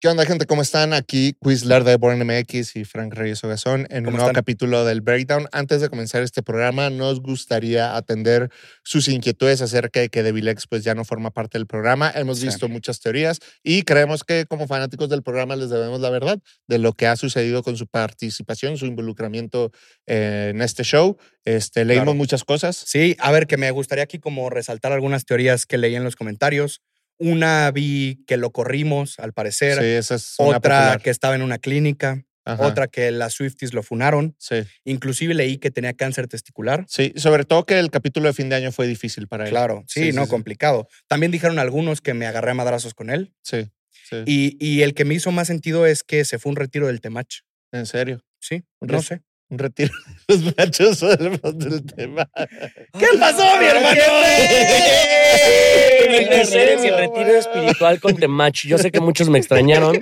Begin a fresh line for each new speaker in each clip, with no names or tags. ¿Qué onda, gente? ¿Cómo están? Aquí Quiz Larda de Born MX y Frank Reyes Ogazón en un
¿Cómo
nuevo
están?
capítulo del Breakdown. Antes de comenzar este programa, nos gustaría atender sus inquietudes acerca de que Devilex pues, ya no forma parte del programa. Hemos
Sí.
visto muchas teorías y creemos que como fanáticos del programa les debemos la verdad de lo que ha sucedido con su participación, su involucramiento eh, en este show. Este, leímos
Claro.
muchas cosas.
Sí, a ver, que me gustaría aquí como resaltar algunas teorías que leí en los comentarios. Una vi que lo corrimos, al parecer.
sí, esa es una
Otra
popular.
que estaba en una clínica.
Ajá,
Otra que las Swifties lo funaron.
Sí.
Inclusive leí que tenía cáncer testicular.
Sí, sobre todo que el capítulo de fin de año fue difícil para él.
Claro, sí,
Sí, sí,
no,
sí.
complicado. También dijeron algunos que me agarré a madrazos con él.
Sí, sí.
Y, y el que me hizo más sentido es que se fue un retiro del Temach.
en serio.
Sí,
Un
no
res-
sé.
Un retiro de los machos del, del tema.
¿Qué pasó, mi hermano?
Mi retiro, mi retiro espiritual con Temach. Yo sé que muchos me extrañaron.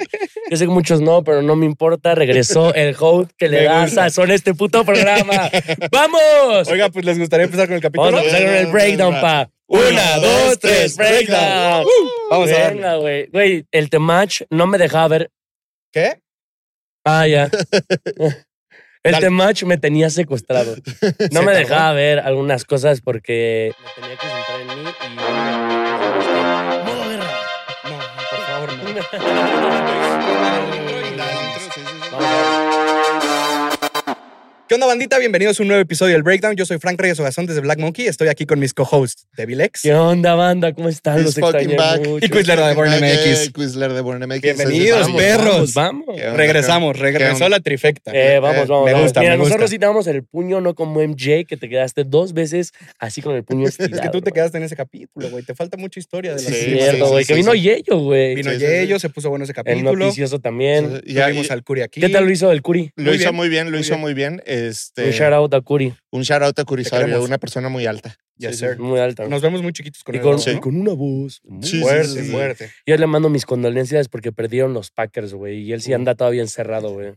Yo sé que muchos no, pero no me importa. Regresó el host que le
Me
da
gusta.
sazón a este puto programa. ¡Vamos!
Oiga, pues les gustaría empezar con el capítulo.
Vamos a empezar con el breakdown, pa. Una, dos, tres, breakdown.
Uh, Vamos a ver.
Venga, güey. Güey, el Temach no me dejaba ver.
¿Qué?
Ah, ya. El
Dale.
Temach me tenía secuestrado. No
Se
me
tardó.
dejaba ver algunas cosas porque me tenía que centrar en mí y. Modo guerra.
No, por favor, no. ¿Qué onda, bandita? Bienvenidos a un nuevo episodio del Breakdown. Yo soy Frank Reyes Ogazón desde Black Monkey. Estoy aquí con mis co-hosts, Devilex.
¿Qué onda, banda? ¿Cómo están?
He's
Los
fucking
extrañé
back.
mucho.
Y Quizler de Born MX.
Quizler de Born MX.
Bienvenidos,
Vamos,
perro. perros.
Vamos,
¿Qué
vamos.
onda?
Regresamos,
¿Qué
regresó
onda?
la trifecta.
Eh, vamos, vamos.
me
vamos.
gusta,
Mira,
me
nosotros
gusta.
sí damos el puño, no como MJ, que te quedaste dos veces así con el puño estirado.
Es que tú te
¿no?
quedaste en ese capítulo, güey. Te falta mucha historia de la
Sí,
Sí,
es cierto,
sí,
güey.
sí,
que
sí,
vino
sí.
Yeyo, güey.
Vino
Sí, sí,
Yeyo,
sí.
se puso bueno ese
El
capítulo.
noticioso también.
Sí, ya-
Tuvimos
y-
al Curi aquí.
¿Qué tal lo hizo el Curi?
Lo
Muy
hizo
bien,
muy bien, lo
muy
hizo
bien.
muy bien. Este,
Un shout out a Curi.
un shout out a Curizabria,
queremos.
una persona muy alta.
Yes,
Sí,
sir.
Muy alta.
Nos vemos muy chiquitos con
y
él.
con,
¿no?
sí.
y con una voz. muy
Sí, sí,
fuerte.
Fuerte,
sí, sí.
fuerte.
Yo le mando mis condolencias porque perdieron los Packers, güey. Y él sí anda todavía encerrado, güey.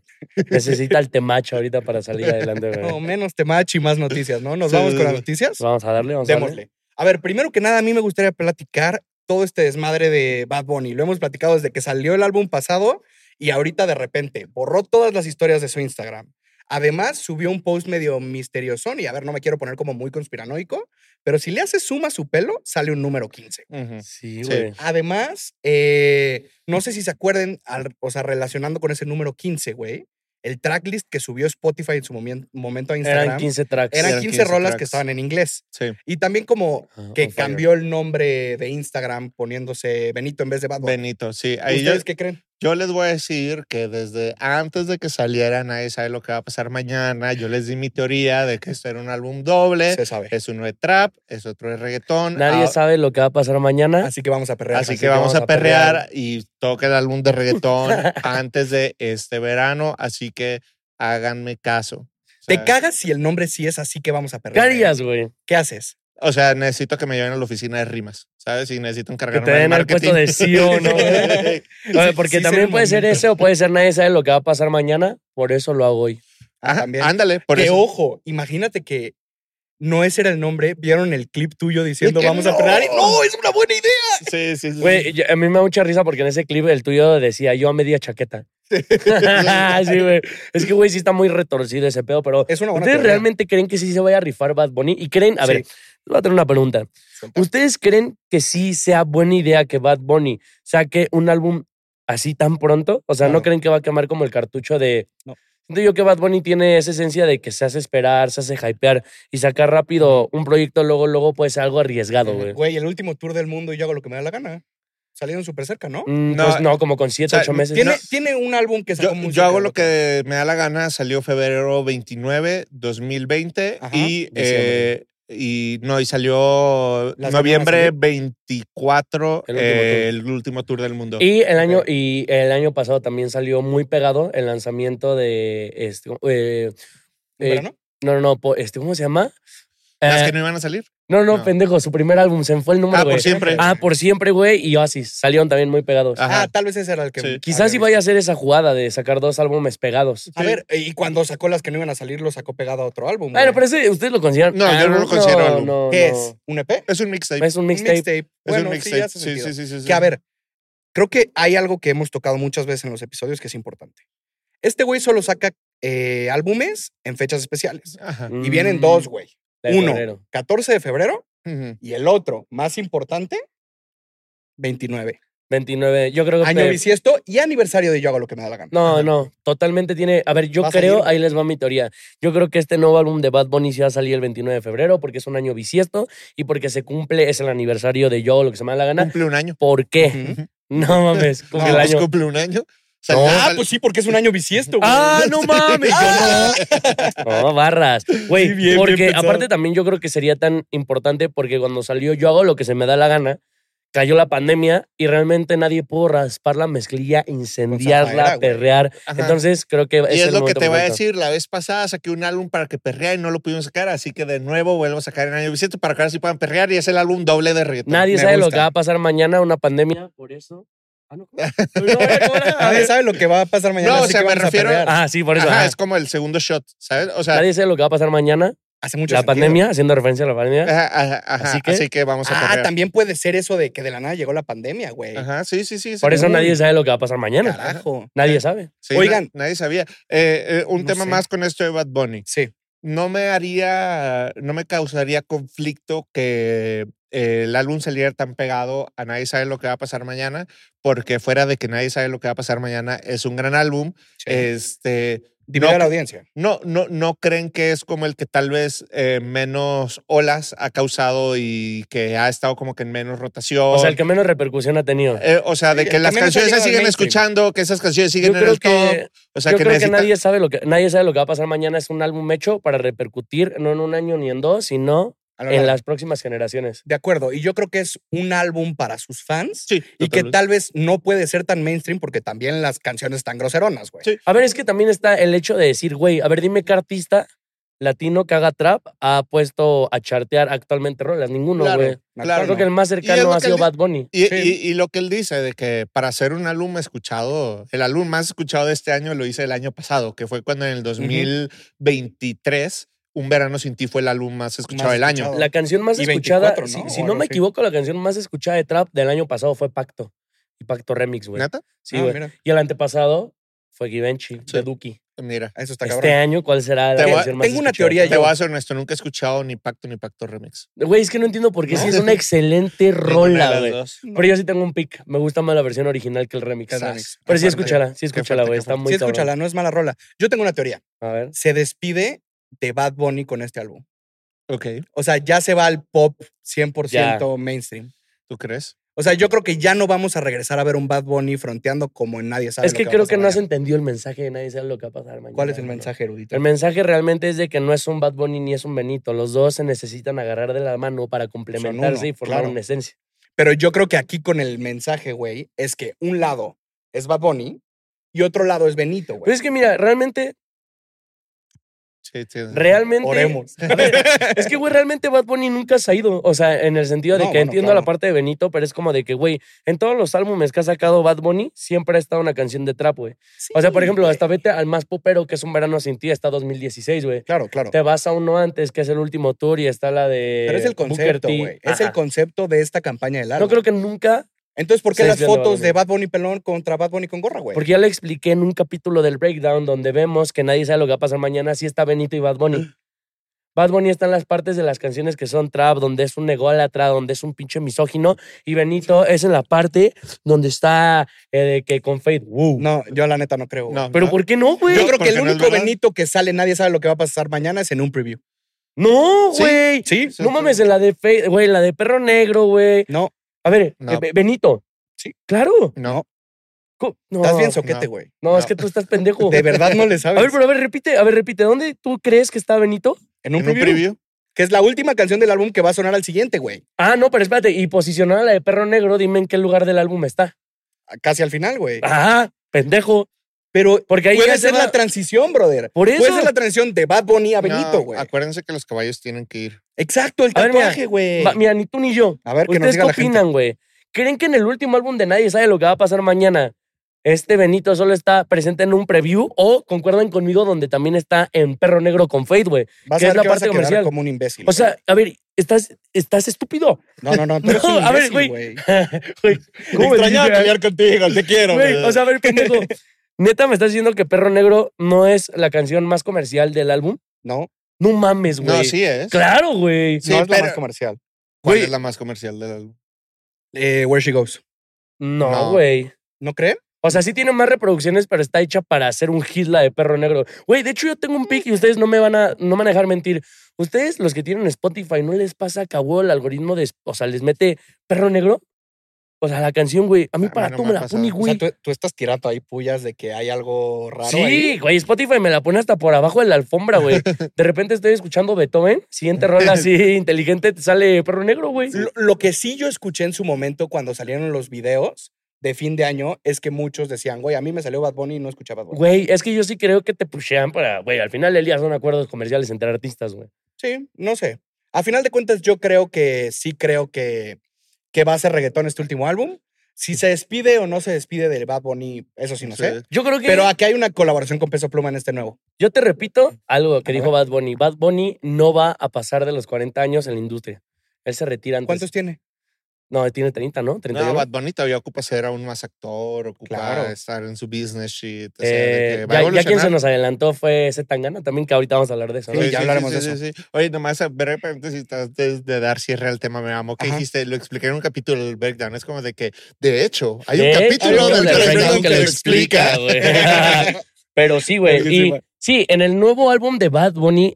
Necesita el temacho ahorita para salir adelante, güey.
No, menos temachi, más noticias, ¿no? Nos
Sí,
vamos
sí,
con las
sí.
noticias.
Vamos a darle, vamos a darle.
Démosle. A ver, primero que nada, a mí me gustaría platicar todo este desmadre de Bad Bunny. Lo hemos platicado desde que salió el álbum pasado y ahorita de repente borró todas las historias de su Instagram. Además, subió un post medio misterioso y a ver, no me quiero poner como muy conspiranoico, pero si le hace suma a su pelo, sale un número 15.
Ujú.
Sí,
Sí.
güey.
Además, eh, no sé si se acuerden, al- o sea, relacionando con ese número 15, güey, el tracklist que subió Spotify en su momien- momento a Instagram
Eran 15 tracks.
eran
eran
15
15
rolas
tracks.
que estaban en inglés.
Sí.
Y también como
Ah,
que
on fire.
cambió el nombre de Instagram poniéndose Benito en vez de Bad Bunny.
Benito, sí. Ahí yo,
¿Ustedes qué creen?
Yo les voy a decir que desde antes de que saliera nadie sabe lo que va a pasar mañana. Yo les di mi teoría de que esto era un álbum doble.
Se sabe.
Es uno de trap, es otro de reggaetón.
Nadie
Ah,
sabe lo que va a pasar mañana.
Ah, Así que vamos a perrear.
Así que vamos a perrear y toca el álbum de reggaetón antes de este verano. Así que háganme caso. O
Te
sea,
cagas si el nombre sí es así que vamos a
¿Qué
perrear.
harías, güey?
¿Qué haces?
o sea, necesito que me lleven a la oficina de rimas, ¿sabes? Y necesito
Que
encargarme
te
del
den el
marketing.
puesto de sí o no. güey. Oye, Porque
sí sería
también
un
puede ser
momento.
ese o puede ser nadie sabe lo que va a pasar mañana. Por eso lo hago hoy.
Ajá,
Ah, También.
ándale, por
que
eso.
ojo, imagínate que no ese era el nombre. Vieron el clip tuyo diciendo
que
vamos a
no.
perrear. y- No, es una buena idea.
Sí,
Mm.
sí, sí.
Güey, yo- a mí me da mucha risa porque en ese clip el tuyo decía yo a media chaqueta. sí, güey. Es que, güey, sí está muy retorcido ese pedo, pero
Es una buena
¿ustedes
teoría.
realmente creen que sí se vaya a rifar Bad Bunny? Y creen, a
Sí.
ver, les voy a tener una pregunta. ¿Ustedes creen que sí sea buena idea que Bad Bunny saque un álbum así tan pronto? O sea, ¿no
Claro.
creen que va a quemar como el cartucho de...
No.
Siento yo que Bad Bunny tiene esa esencia de que se hace esperar, se hace hypear y sacar rápido un proyecto, luego, luego puede ser algo arriesgado, güey.
Güey, el último tour del mundo y yo hago lo que me da la gana. Salieron súper cerca, ¿no?
Mm,
No,
pues no, como con siete,
o sea,
ocho meses.
Tiene,
¿no?
tiene un álbum que sacó
Yo,
muy
yo
cerca
hago
del
lo
otro.
que me da la gana. Salió febrero 29, 2020
Ajá,
y,
diciembre.
eh, y no, y salió
Las
noviembre
semanas,
24,
El
el
último
último,
tour.
el último tour del mundo.
Y el, año, y el año pasado también salió muy pegado el lanzamiento de... Este, eh,
¿Un
eh,
verano?
no, no, no, po- este, ¿cómo se llama?
Las
Eh,
que no iban a salir.
no, no,
no.
pendejo, su primer álbum se me fue el número,
Ah,
güey.
por siempre.
Ah, por siempre, güey, y Oasis. Salieron también muy pegados.
Ajá.
Ah, tal vez ese era el que. Ah,
Sí.
Quizás si
había
vaya a hacer esa jugada de sacar dos álbumes pegados.
visto. A ver, y cuando sacó las que no iban a salir, lo sacó pegado a otro álbum. güey.
Bueno, pero ese ustedes lo consideran.
No, yo no lo considero
No,
álbum.
no,
¿Qué
no.
es? ¿Un EP?
Es un mixtape.
pues, Es un mixtape.
Es
Bueno,
un
sí,
mixtape.
hace
Sí,
sentido.
sí, sí, sí, sí.
Que a ver, creo que hay algo que hemos tocado muchas veces en los episodios que es importante. Este güey solo saca eh, álbumes en fechas especiales.
mm,
Ajá.
Y vienen dos, güey.
de
uno.
febrero.
14 de febrero
Ujú.
y el otro, más importante, 29.
29. Yo creo que.
Año
fe-
bisiesto y aniversario de Yo hago lo que me da la gana.
No, no, totalmente tiene. A ver, yo
Va a
creo,
salir.
ahí les va mi teoría. Yo creo que este nuevo álbum de Bad Bunny sí va a salir el 29 de febrero porque es un año bisiesto y porque se cumple, es el aniversario de yo, lo que se me da la gana.
Cumple un año.
¿Por qué?
Ujú.
No mames,
No,
cumple el
pues
año.
cumple un año.
Ah,
Saldrá-
pues sí, porque es un año bisiesto, güey.
¡Ah, no mames! Yo no. No, barras. Güey,
Sí, bien,
porque
bien pensado.
aparte también yo creo que sería tan importante porque cuando salió Yo hago lo que se me da la gana, cayó la pandemia y realmente nadie pudo raspar la mezclilla, incendiarla,
Con Zafaera, güey.
perrear.
Ajá.
Entonces creo que
Y
el
es lo que
momento
te voy a
perfecto.
decir. La vez pasada saqué un álbum para que perreara y no lo pudieron sacar, así que de nuevo vuelvo a sacar en año bisiesto para que ahora sí puedan perrear y es el álbum doble de reggaetón.
Nadie
Me
sabe lo
gusta.
que va a pasar mañana, una pandemia, por eso. Ah, no. A
Nadie sabe lo que va a pasar mañana.
No, o
así
sea,
que
me
vamos a
refiero-
perrear.
Ah, sí, por eso.
Ajá,
ajá.
es como el segundo shot, ¿sabes? O sea,
Nadie sabe lo que va a pasar mañana,
Hace mucho
la
sentido.
pandemia, haciendo referencia a la pandemia.
ajá, ajá, ajá,
Así
así,
que-
que, vamos a
Ah,
perrear.
también puede ser eso de que de la nada llegó la pandemia, güey.
Ajá, sí, sí, sí. sí.
Por eso
Uy.
nadie sabe lo que va a pasar mañana.
Carajo.
Nadie sabe.
Sí,
Oigan.
na- nadie sabía. Eh, eh, un
No
tema
sé.
más con esto de Bad Bunny.
Sí.
No me haría, no me causaría conflicto que eh, el álbum saliera tan pegado a nadie sabe lo que va a pasar mañana, porque fuera de que nadie sabe lo que va a pasar mañana, es un gran álbum.
sí.
Eh,
Este,
Divide
no-
a la audiencia.
No, no, no creen que es como el que tal vez eh, menos olas ha causado y que ha estado como que en menos rotación.
O sea, el que menos repercusión ha tenido.
Eh, o sea, de
Sí,
que las
también ha
canciones se
llegado al
siguen
mainstream.
escuchando, que esas canciones
Yo
siguen en
creo
el
que,
top. O sea,
yo
que,
creo que
necesita-
nadie sabe lo que nadie sabe lo que va a pasar mañana. Es un álbum hecho para repercutir no en un año ni en dos, sino
A lo
en
largo.
las próximas generaciones.
De acuerdo. Y yo creo que es un álbum para sus fans.
Sí,
Y que
totalmente.
tal vez no puede ser tan mainstream porque también las canciones están groseronas, güey.
Sí.
A ver, es que también está el hecho de decir, güey, a ver, dime qué artista latino que haga trap ha puesto a chartear actualmente rolas. Ninguno,
Claro.
güey.
Claro,
Creo que el más
Y es
cercano
lo
ha
que él
sido
di-
Bad Bunny.
Y,
Sí.
y- y lo que él dice de que para hacer un álbum escuchado, el álbum más escuchado de este año lo hice el año pasado, que fue cuando en el 2023, Un Verano Sin Ti fue el álbum más escuchado del año.
escuchado.
La canción más
Y
escuchada,
24,
si-
¿no?
si,
O
no
algo
me
así.
equivoco, la canción más escuchada de trap del año pasado fue Pacto. Y Pacto Remix, güey.
¿Neta?
Sí,
Ah,
güey.
mira.
Y el antepasado fue Givenchy,
Sí.
de Duki.
Mira.
Eso está cabrón.
Este año, ¿cuál será la
Te voy a-
canción más
tengo una
escuchada?
teoría
Te
yo.
voy a ser honesto, nunca he escuchado ni Pacto ni Pacto Remix.
Güey, es que no entiendo por qué
¿No?
sí es una excelente
Ninguna de
rola,
las
güey.
dos.
Pero yo sí tengo un pick. Me gusta más la versión original que el remix.
Que el
Sas.
remix.
Pero sí
Aparte.
escúchala, sí escúchala,
fuerte,
güey.
qué
Está muy
Sí,
cabrón.
escúchala, no es mala rola. Yo tengo una teoría.
A ver.
Se despide de Bad Bunny con este álbum.
Ok,
O sea, ya se va al pop 100% mainstream.
¿tú crees?
O sea, yo creo que ya no vamos a regresar a ver un Bad Bunny fronteando como en nadie sabe.
Es
lo
que,
va a
creo
pasar
que no has
mañana.
entendido el mensaje de nadie sabe lo que va a pasar mañana.
¿Cuál es el
hermano.
mensaje, erudito?
El mensaje realmente es de que no es un Bad Bunny ni es un Benito. Los dos se necesitan agarrar de la mano para complementarse
uno,
y formar
claro.
una esencia.
Pero yo creo que aquí con el mensaje, güey, es que un lado es Bad Bunny y otro lado es Benito,
Pero
güey.
es que, mira, realmente,
Sí, sí.
realmente.
Oremos.
A ver, es que, güey, realmente Bad Bunny nunca se ha ido. O sea, en el sentido de
No,
que
bueno,
entiendo
claro.
la parte de Benito, pero es como de que, güey, en todos los álbumes que ha sacado Bad Bunny, siempre ha estado una canción de trap, güey. O sea, por ejemplo,
güey.
hasta vete al más popero, que es Un Verano Sin Ti, está 2016, güey.
Claro, claro.
Te vas a uno antes, que es el último tour, y está la de.
Pero es el
Booker
concepto,
T.
güey. Es el
Ajá.
concepto de esta campaña del álbum.
No creo que nunca,
Entonces, ¿por qué
Sí,
las
yo no,
fotos
no.
de Bad Bunny pelón contra Bad Bunny con gorra, güey?
porque ya le expliqué en un capítulo del Breakdown donde vemos que nadie sabe lo que va a pasar mañana, sí está Benito y Bad Bunny. Bad Bunny está en las partes de las canciones que son trap, donde es un nególatra, donde es un pinche misógino, y Benito es en la parte donde está eh, de que con Faith. Woo.
No, yo la neta no creo. güey.
No,
Pero
no.
¿por qué no, güey?
Yo creo que
porque
el
no es
único
verdad.
Benito que sale, nadie sabe lo que va a pasar mañana, es en un preview.
No,
Sí,
güey.
¿Sí?
sí.
No mames, en la de Faith, güey, en la de Perro Negro, güey.
No,
A ver,
No.
eh, Be- Benito.
Sí.
Claro.
No,
Co- No,
estás bien soquete,
no.
güey.
no, es
no.
que tú estás pendejo.
De verdad no le
A
sabes.
ver, pero a ver, repite, a ver, repite. ¿Dónde tú crees que está Benito?
en
en
un preview, Que es la última canción del álbum que va a sonar al siguiente, güey.
Ah, no, pero espérate. Y posicionada la de Perro Negro, dime en qué lugar del álbum está.
Casi al final, güey.
Ah, pendejo.
Pero
Porque ahí ya
puede
se
ser
va-
la transición, brother.
Por eso.
Puede ser la transición de Bad Bunny a Benito,
No,
güey.
acuérdense que los caballos tienen que ir.
Exacto, el
A ver, mira,
tatuaje, güey.
Va, mira, ni tú ni yo.
A ver, que nos
¿Ustedes qué
diga la gente.
opinan, güey? ¿Creen que en el último álbum de Nadie sabe lo que va a pasar mañana Este Benito solo está presente en un preview o concuerdan conmigo donde también está en Perro Negro con Fade, güey.
Vas
que
a
es
ver
la
que vas a
parte
quedar
comercial.
como un imbécil.
O sea, a ver, estás, estás estúpido.
güey. no, no, no. Tú eres
no,
un
a ver,
imbécil,
güey.
güey.
Güey, ¿cómo me
Extrañaba
dices?
pelear contigo, te quiero.
Güey,
güey.
o sea, a ver, pendejo. Neta, me estás diciendo que Perro Negro no es la canción más comercial del álbum.
No,
No mames, güey.
no, sí es.
Claro, güey.
Sí,
no es la
pero-
más comercial.
¿Cuál
Güey.
es la más comercial del álbum?
Eh, Where She Goes.
No,
No.
güey.
¿No creen?
O sea, sí tiene más reproducciones, pero está hecha para hacer un hit la de Perro Negro. Güey, de hecho yo tengo un pick y ustedes no me van a, no me van a dejar mentir. Ustedes, los que tienen Spotify, ¿no les pasa que a huevo el algoritmo de... O sea, les mete Perro Negro? O sea, la canción, güey. A mí
A mí
para
no
tú
me
me
ha
la
pasado.
pone,
O
güey.
sea, tú, tú estás tirando ahí pullas de que hay algo raro ahí.
Sí, güey, Spotify me la pone hasta por abajo de la alfombra, güey. De repente estoy escuchando Beethoven, siguiente rola así inteligente, te sale perro negro, güey.
Lo, lo que sí yo escuché en su momento cuando salieron los videos de fin de año es que muchos decían, güey, a mí me salió Bad Bunny y no escuchaba Bad Bunny.
Güey, es que yo sí creo que te pushean para, güey, al final del día son acuerdos comerciales entre artistas, güey.
Sí, no sé. A final de cuentas, yo creo que sí creo que, que va a ser reggaetón este último álbum. Si se despide o no se despide del Bad Bunny, eso sí no sé.
Yo creo que...
Pero aquí hay una colaboración con Peso Pluma en este nuevo.
Yo te repito algo que
A
dijo Bad Bunny. Bad Bunny no va a pasar de los 40 años en la industria. Él se retira antes.
¿Cuántos tiene?
No, tiene 30, ¿no? 31.
No, Bad Bunny todavía ocupa ser aún más actor, ocupa
Claro.
estar en su business shit. o sea, de
Eh,
que va a
ya, ya quien
evolucionar.
se nos adelantó fue Zetangana también, que ahorita vamos a hablar de eso. ¿no?
Sí, ya hablaremos de
sí, sí. Oye, nomás a ver, paréntesis, estás de, de dar cierre al tema, me amo. ¿Qué
Ajá.
dijiste? Lo expliqué en un capítulo del breakdown. Es como de que, de hecho, hay
De
un
hecho,
capítulo
hay
del
un capítulo
breakdown que lo explica.
güey. Pero sí, güey. Y
Buenísima.
sí, en el nuevo álbum de Bad Bunny,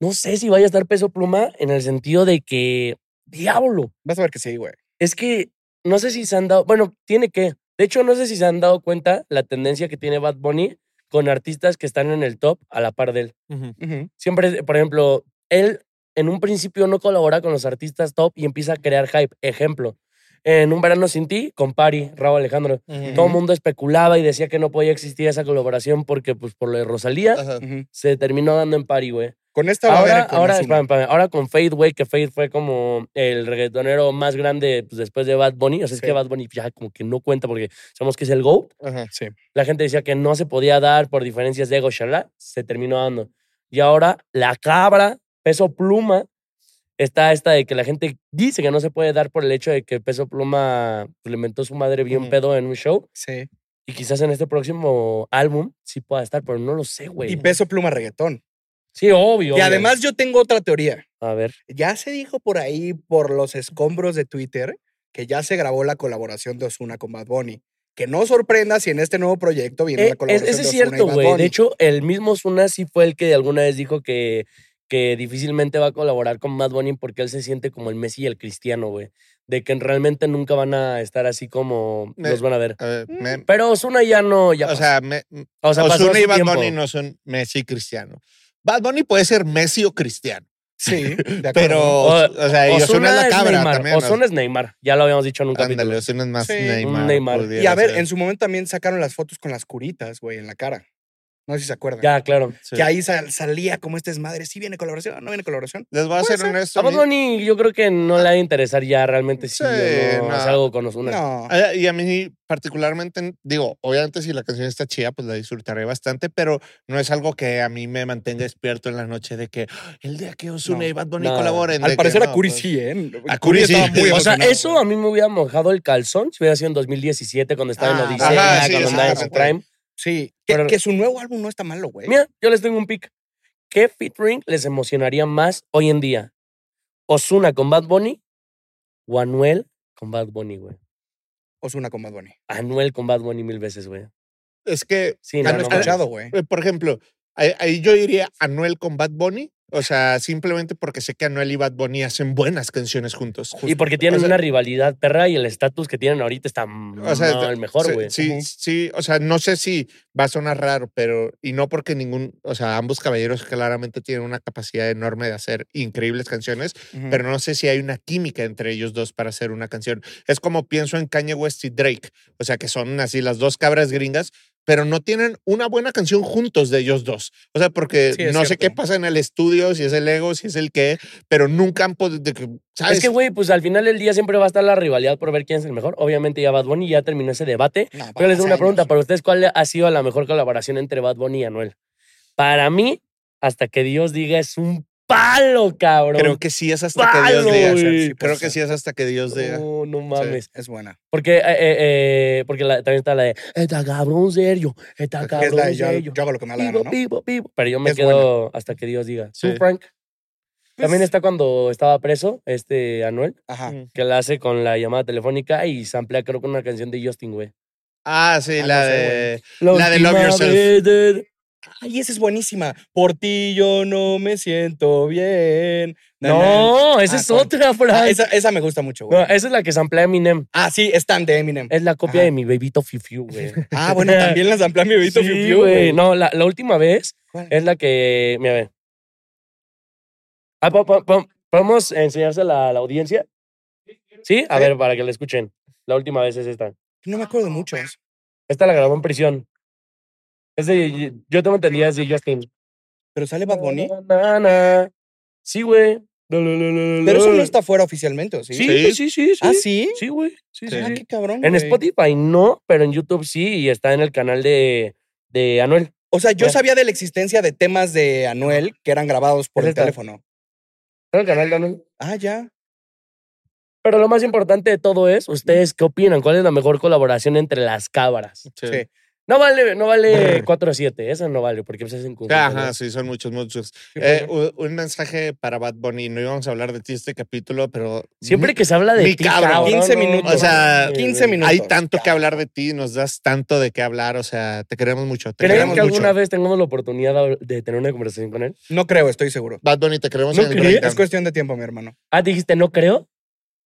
no sé si vaya a estar peso pluma en el sentido de que, diablo,
Vas a ver que sí, güey.
Es que no sé si se han dado. Bueno, tiene que. De hecho, no sé si se han dado cuenta la tendencia que tiene Bad Bunny con artistas que están en el top a la par de él.
Ujú.
Ujú.
Siempre, por ejemplo, él en un principio no colabora con los artistas top y empieza a crear hype. Ejemplo, en Un Verano Sin Ti, con Pari, Raúl Alejandro.
Ujú.
Todo el mundo especulaba y decía que no podía existir esa colaboración porque, pues, por lo de Rosalía,
Ajá.
Ujú.
se terminó dando en Pari, güey.
Con esta va a
Ahora,
haber con
ahora,
Ozuna.
espérame, espérame, ahora con Fade, güey, que Fade fue como el reggaetonero más grande pues, después de Bad Bunny. O sea, es
Sí.
que Bad Bunny ya como que no cuenta porque sabemos que es el GOAT.
Ajá.
Sí.
La gente decía que no se podía dar por diferencias de ego, shalá. Se terminó dando. Y ahora la cabra, peso pluma, está esta de que la gente dice que no se puede dar por el hecho de que peso pluma pues, le inventó su madre bien
Ujú.
pedo en un show.
Sí.
Y quizás en este próximo álbum sí pueda estar, pero no lo sé,
Y
güey.
Peso Pluma reggaetón.
Sí,
Y
obvio. obvio.
además yo tengo otra teoría.
A ver.
Ya se dijo por ahí, por los escombros de Twitter, que ya se grabó la colaboración de Osuna con Bad Bunny. Que no sorprenda si en este nuevo proyecto viene
Eh,
la
es-
colaboración
Ese es
de Ozuna y
cierto,
Bad
güey.
Bunny.
De hecho, el mismo Zuna sí fue el que alguna vez dijo que, que difícilmente va a colaborar con Mad Bunny porque él se siente como el Messi y el Cristiano, güey. De que realmente nunca van a estar así como
Me-
los van a ver.
A ver, me-
Pero Zuna ya no, ya
o
pasó.
sea, me,
o sea, pasó
Ozuna y
su
Bad
tiempo.
Bunny no son Messi y Cristiano. Bad Bunny puede ser Messi o Cristiano,
Sí, de acuerdo.
pero, o, sea, y Ozuna es la cabra
Neymar.
también. o sea,
Ozuna es Neymar. Ya lo habíamos dicho en un
Ándale,
capítulo.
Ozuna es más
Sí, un
Neymar.
Neymar.
pudiera
Y a ver,
ser.
en su momento también sacaron las fotos con las curitas, güey, en la cara. No sé si se acuerdan.
Ya, claro.
Sí.
Que ahí sal- salía como este desmadre. Si viene colaboración, no viene colaboración.
Les voy a
Puede
ser
ser.
honesto.
A Bad Bunny yo creo que no le ha de interesar ya realmente si
Sí,
o no
no.
hace algo con Ozuna.
No.
Ah, Y a mí particularmente, digo, obviamente si la canción está chida, pues la disfrutaré bastante, pero no es algo que a mí me mantenga despierto en la noche de que "Ah, el día que Ozuna
No,
y Bad Bunny
nada.
colaboren. de
Al
que
parecer a
no,
Curi
pues.
sí, ¿eh?
A Curi sí.
estaba muy
O
O sea,
emocionado,
eso
güey.
a mí me hubiera mojado el calzón si hubiera sido en 2017 cuando estaba
Ah,
en Odisea,
ajá, sí,
cuando andaba en su
exactamente.
prime.
Sí. Que,
Pero-
que su nuevo álbum no está malo, güey.
Mira, yo les tengo un pick. ¿Qué featuring les emocionaría más hoy en día? ¿Osuna con Bad Bunny o Anuel con Bad Bunny, güey?
Ozuna con Bad Bunny.
Anuel con Bad Bunny mil veces, güey.
Es que,
Sí,
Ya
no,
lo he
no,
escuchado, güey.
eh, por ejemplo, ahí, ahí yo iría Anuel con Bad Bunny, o sea, simplemente porque sé que Anuel y Bad Bunny hacen buenas canciones juntos.
mames. Y porque tienen
O sea-
una rivalidad perra y el estatus que tienen ahorita está o
O sea,
el mejor,
Sí,
güey.
Sí,
Ujú.
sí, o sea, no sé si va a sonar raro, pero y no porque ningún, o sea, ambos caballeros claramente tienen una capacidad enorme de hacer increíbles canciones,
Ujú.
pero no sé si hay una química entre ellos dos para hacer una canción. Es como pienso en Kanye West y Drake, o sea, que son así las dos cabras gringas, pero no tienen una buena canción juntos de ellos dos. O sea, porque
Sí,
no
es
sé
cierto.
qué pasa en el estudio, si es el ego, si es el qué, pero nunca han podido. de que- ¿Sabes?
Es que, güey, pues al final del día siempre va a estar la rivalidad por ver quién es el mejor. Obviamente ya Bad Bunny ya terminó ese debate.
No,
Pero
hace
les tengo una
años.
pregunta para ustedes. ¿Cuál ha sido la mejor colaboración entre Bad Bunny y Anuel? Para mí, hasta que Dios diga, es un palo, cabrón.
Creo que sí es hasta que Dios
Palo,
diga.
güey.
Sí, puede
Creo
ser.
que sí es hasta que Dios diga.
No, no mames.
Sí, es buena.
Porque, eh, eh, eh, porque la- también está la de, está cabrón serio, está
Que es
Ah, cabrón
la de yo,
serio.
yo hago lo que me da la
Vivo,
gana, ¿no?
vivo, vivo. Pero yo me
Es
quedo hasta que Dios diga.
Sí.
¿Tú, Frank? También
Pues-
está cuando estaba preso, este Anuel,
Ajá.
Mm.
que la hace con la llamada telefónica y samplea creo que una canción de Justin, güey.
Ah, sí,
Ah,
la
no sé,
de. La de Love
última
Yourself.
vez de-
Ay, esa es buenísima. Por ti yo no me siento bien. Na, na.
No, esa
Ah,
es
¿cuál?
otra, Frank.
Ah, esa, esa me gusta mucho, güey.
No, esa es la que samplea Eminem.
Ah, sí, Stand de Eminem.
Es la copia
Ajá.
de mi bebito Fifiu, güey.
Ah, bueno, también las amplía mi bebito Fiu
sí,
Fiu,
güey. No, la, la última vez
¿Cuál?
es la que. Mira, a ver. Ah, po- po- po- ¿Podemos enseñársela a la audiencia? Sí, a
Sí.
ver, para que la escuchen. La última vez es esta.
No me acuerdo mucho. de eso.
Esta la grabó en prisión. Es de. Yo tengo entendida, es de Justin.
Pero sale Bad Bunny.
Na, na, na. Sí, güey. Pero
Pero eso no está fuera oficialmente, ¿o sí?
Sí, sí, sí, sí.
¿Ah, sí?
Sí, güey. Sí, sí,
Ah,
sí.
qué cabrón.
En
güey.
Spotify no, pero en YouTube sí, y está en el canal de, de Anuel.
O sea, yo
Ya.
sabía de la existencia de temas de Anuel que eran grabados por
Es
el
esta.
teléfono.
Está en el canal de Anuel.
Ah, ya.
Pero lo más importante de todo es, ¿ustedes qué opinan? ¿Cuál es la mejor colaboración entre las cabras?
Sí.
Sí.
No vale, no vale
Brr.
4 a 7, esa no vale, porque se hacen conjunto,
Ajá,
¿no?
sí, son muchos, muchos.
Sí,
Eh,
porque-
u- un mensaje para Bad Bunny. No íbamos a hablar de ti este capítulo, pero.
Siempre
mi-
que se habla de
mi
ti,
cabra,
cabrón,
15
no,
minutos.
no,
O sea,
no,
15
güey.
minutos.
Hay tanto que
Ya.
hablar de ti, nos das tanto de qué hablar, o sea, te queremos mucho. Te
¿Creen
queremos
que
mucho.
alguna vez tengamos la oportunidad de tener una conversación con él?
No creo, estoy seguro.
Bad Bunny, te queremos
¿No
en el
crees?
breakdown.
Es cuestión de tiempo, mi hermano.
Ah, dijiste, no creo.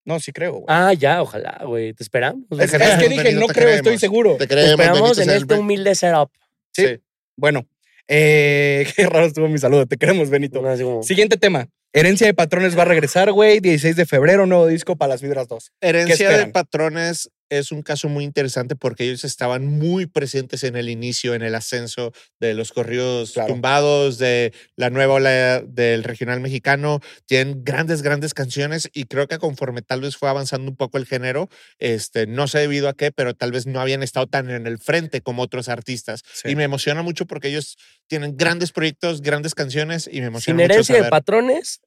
No, sí creo, güey.
Ah, ya, ojalá, güey. Te esperamos.
es,
güey.
te
es
queremos,
que dije,
Benito,
no
te
creo, estoy
queremos.
seguro.
Te
Te
queremos,
esperamos
bendito
en
sea el
este
bre-
humilde setup.
Sí. Bueno, eh, qué raro estuvo mi saludo. Te queremos, Benito.
Así como-
Siguiente tema. Herencia de Patrones va a regresar, güey. 16 de febrero, nuevo disco para las Vibras 2.
Herencia de
esperan?
patrones es un caso muy interesante porque ellos estaban muy presentes en el inicio, en el ascenso de los corridos
Claro.
tumbados, de la nueva ola del regional mexicano. Tienen grandes, grandes canciones y creo que conforme tal vez fue avanzando un poco el género, este, no sé debido a qué, pero tal vez no habían estado tan en el frente como otros artistas. Y me emociona mucho porque ellos tienen grandes proyectos, grandes canciones y me
Sin
emociona mucho
herencia de
saber.
patrones,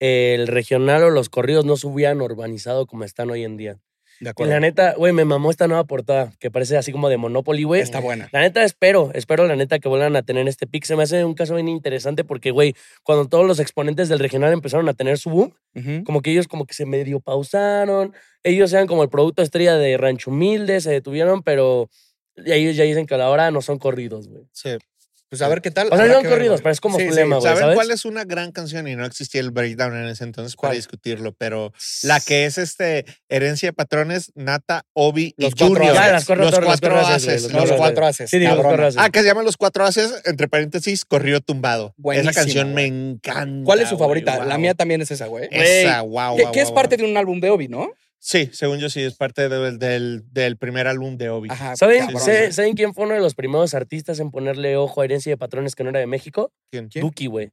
el regional o los corridos no se hubieran urbanizado como están hoy en día.
De
Y
acuerdo.
la neta, güey, me mamó esta nueva portada que parece así como de Monopoly, güey.
Está buena.
La neta, espero, espero la neta que vuelvan a tener este pick. Se me hace un caso bien interesante porque, güey, cuando todos los exponentes del regional empezaron a tener su boom,
Ujú.
como que ellos como que se medio pausaron. Ellos eran como el producto estrella de Rancho Humilde, se detuvieron, pero ellos ya dicen que a la hora no son corridos, güey.
Sí.
Pues a ver qué tal.
O sea,
Habrá
son
que ver,
corridos,
güey.
pero es como
Sí,
su
sí.
lema, güey,
¿Saben
¿sabes?
cuál es una gran canción? Y no existía el breakdown en ese entonces
¿Cuál?
para discutirlo, pero la que es este herencia de patrones, Nata, Obi
Los
y
cuatro
Junior.
haces. Ya,
las cuatro
los
torres, las
cuatro
cuatro haces,
haces,
güey,
No,
los
los
torres.
cuatro.
cuatro haces.
Sí, digo, los
cabrona.
cuatro haces.
Ah, que se llaman los cuatro haces, entre paréntesis, corrido tumbado.
Buenísima,
Esa canción
güey.
me encanta.
¿Cuál es su
güey,
favorita? La
wow.
mía también es esa, güey.
Esa, wow.
Que,
wow,
que es
wow,
parte
wow.
de un álbum de Obi, ¿no?
Sí, según yo sí, es parte del, del, del primer álbum de Obi.
Ajá.
¿Saben,
Ah, cabrón.
sé- ¿Saben quién fue uno de los primeros artistas en ponerle ojo a herencia de patrones que no era de México?
¿Quién?
¿Quién?
Duki, güey.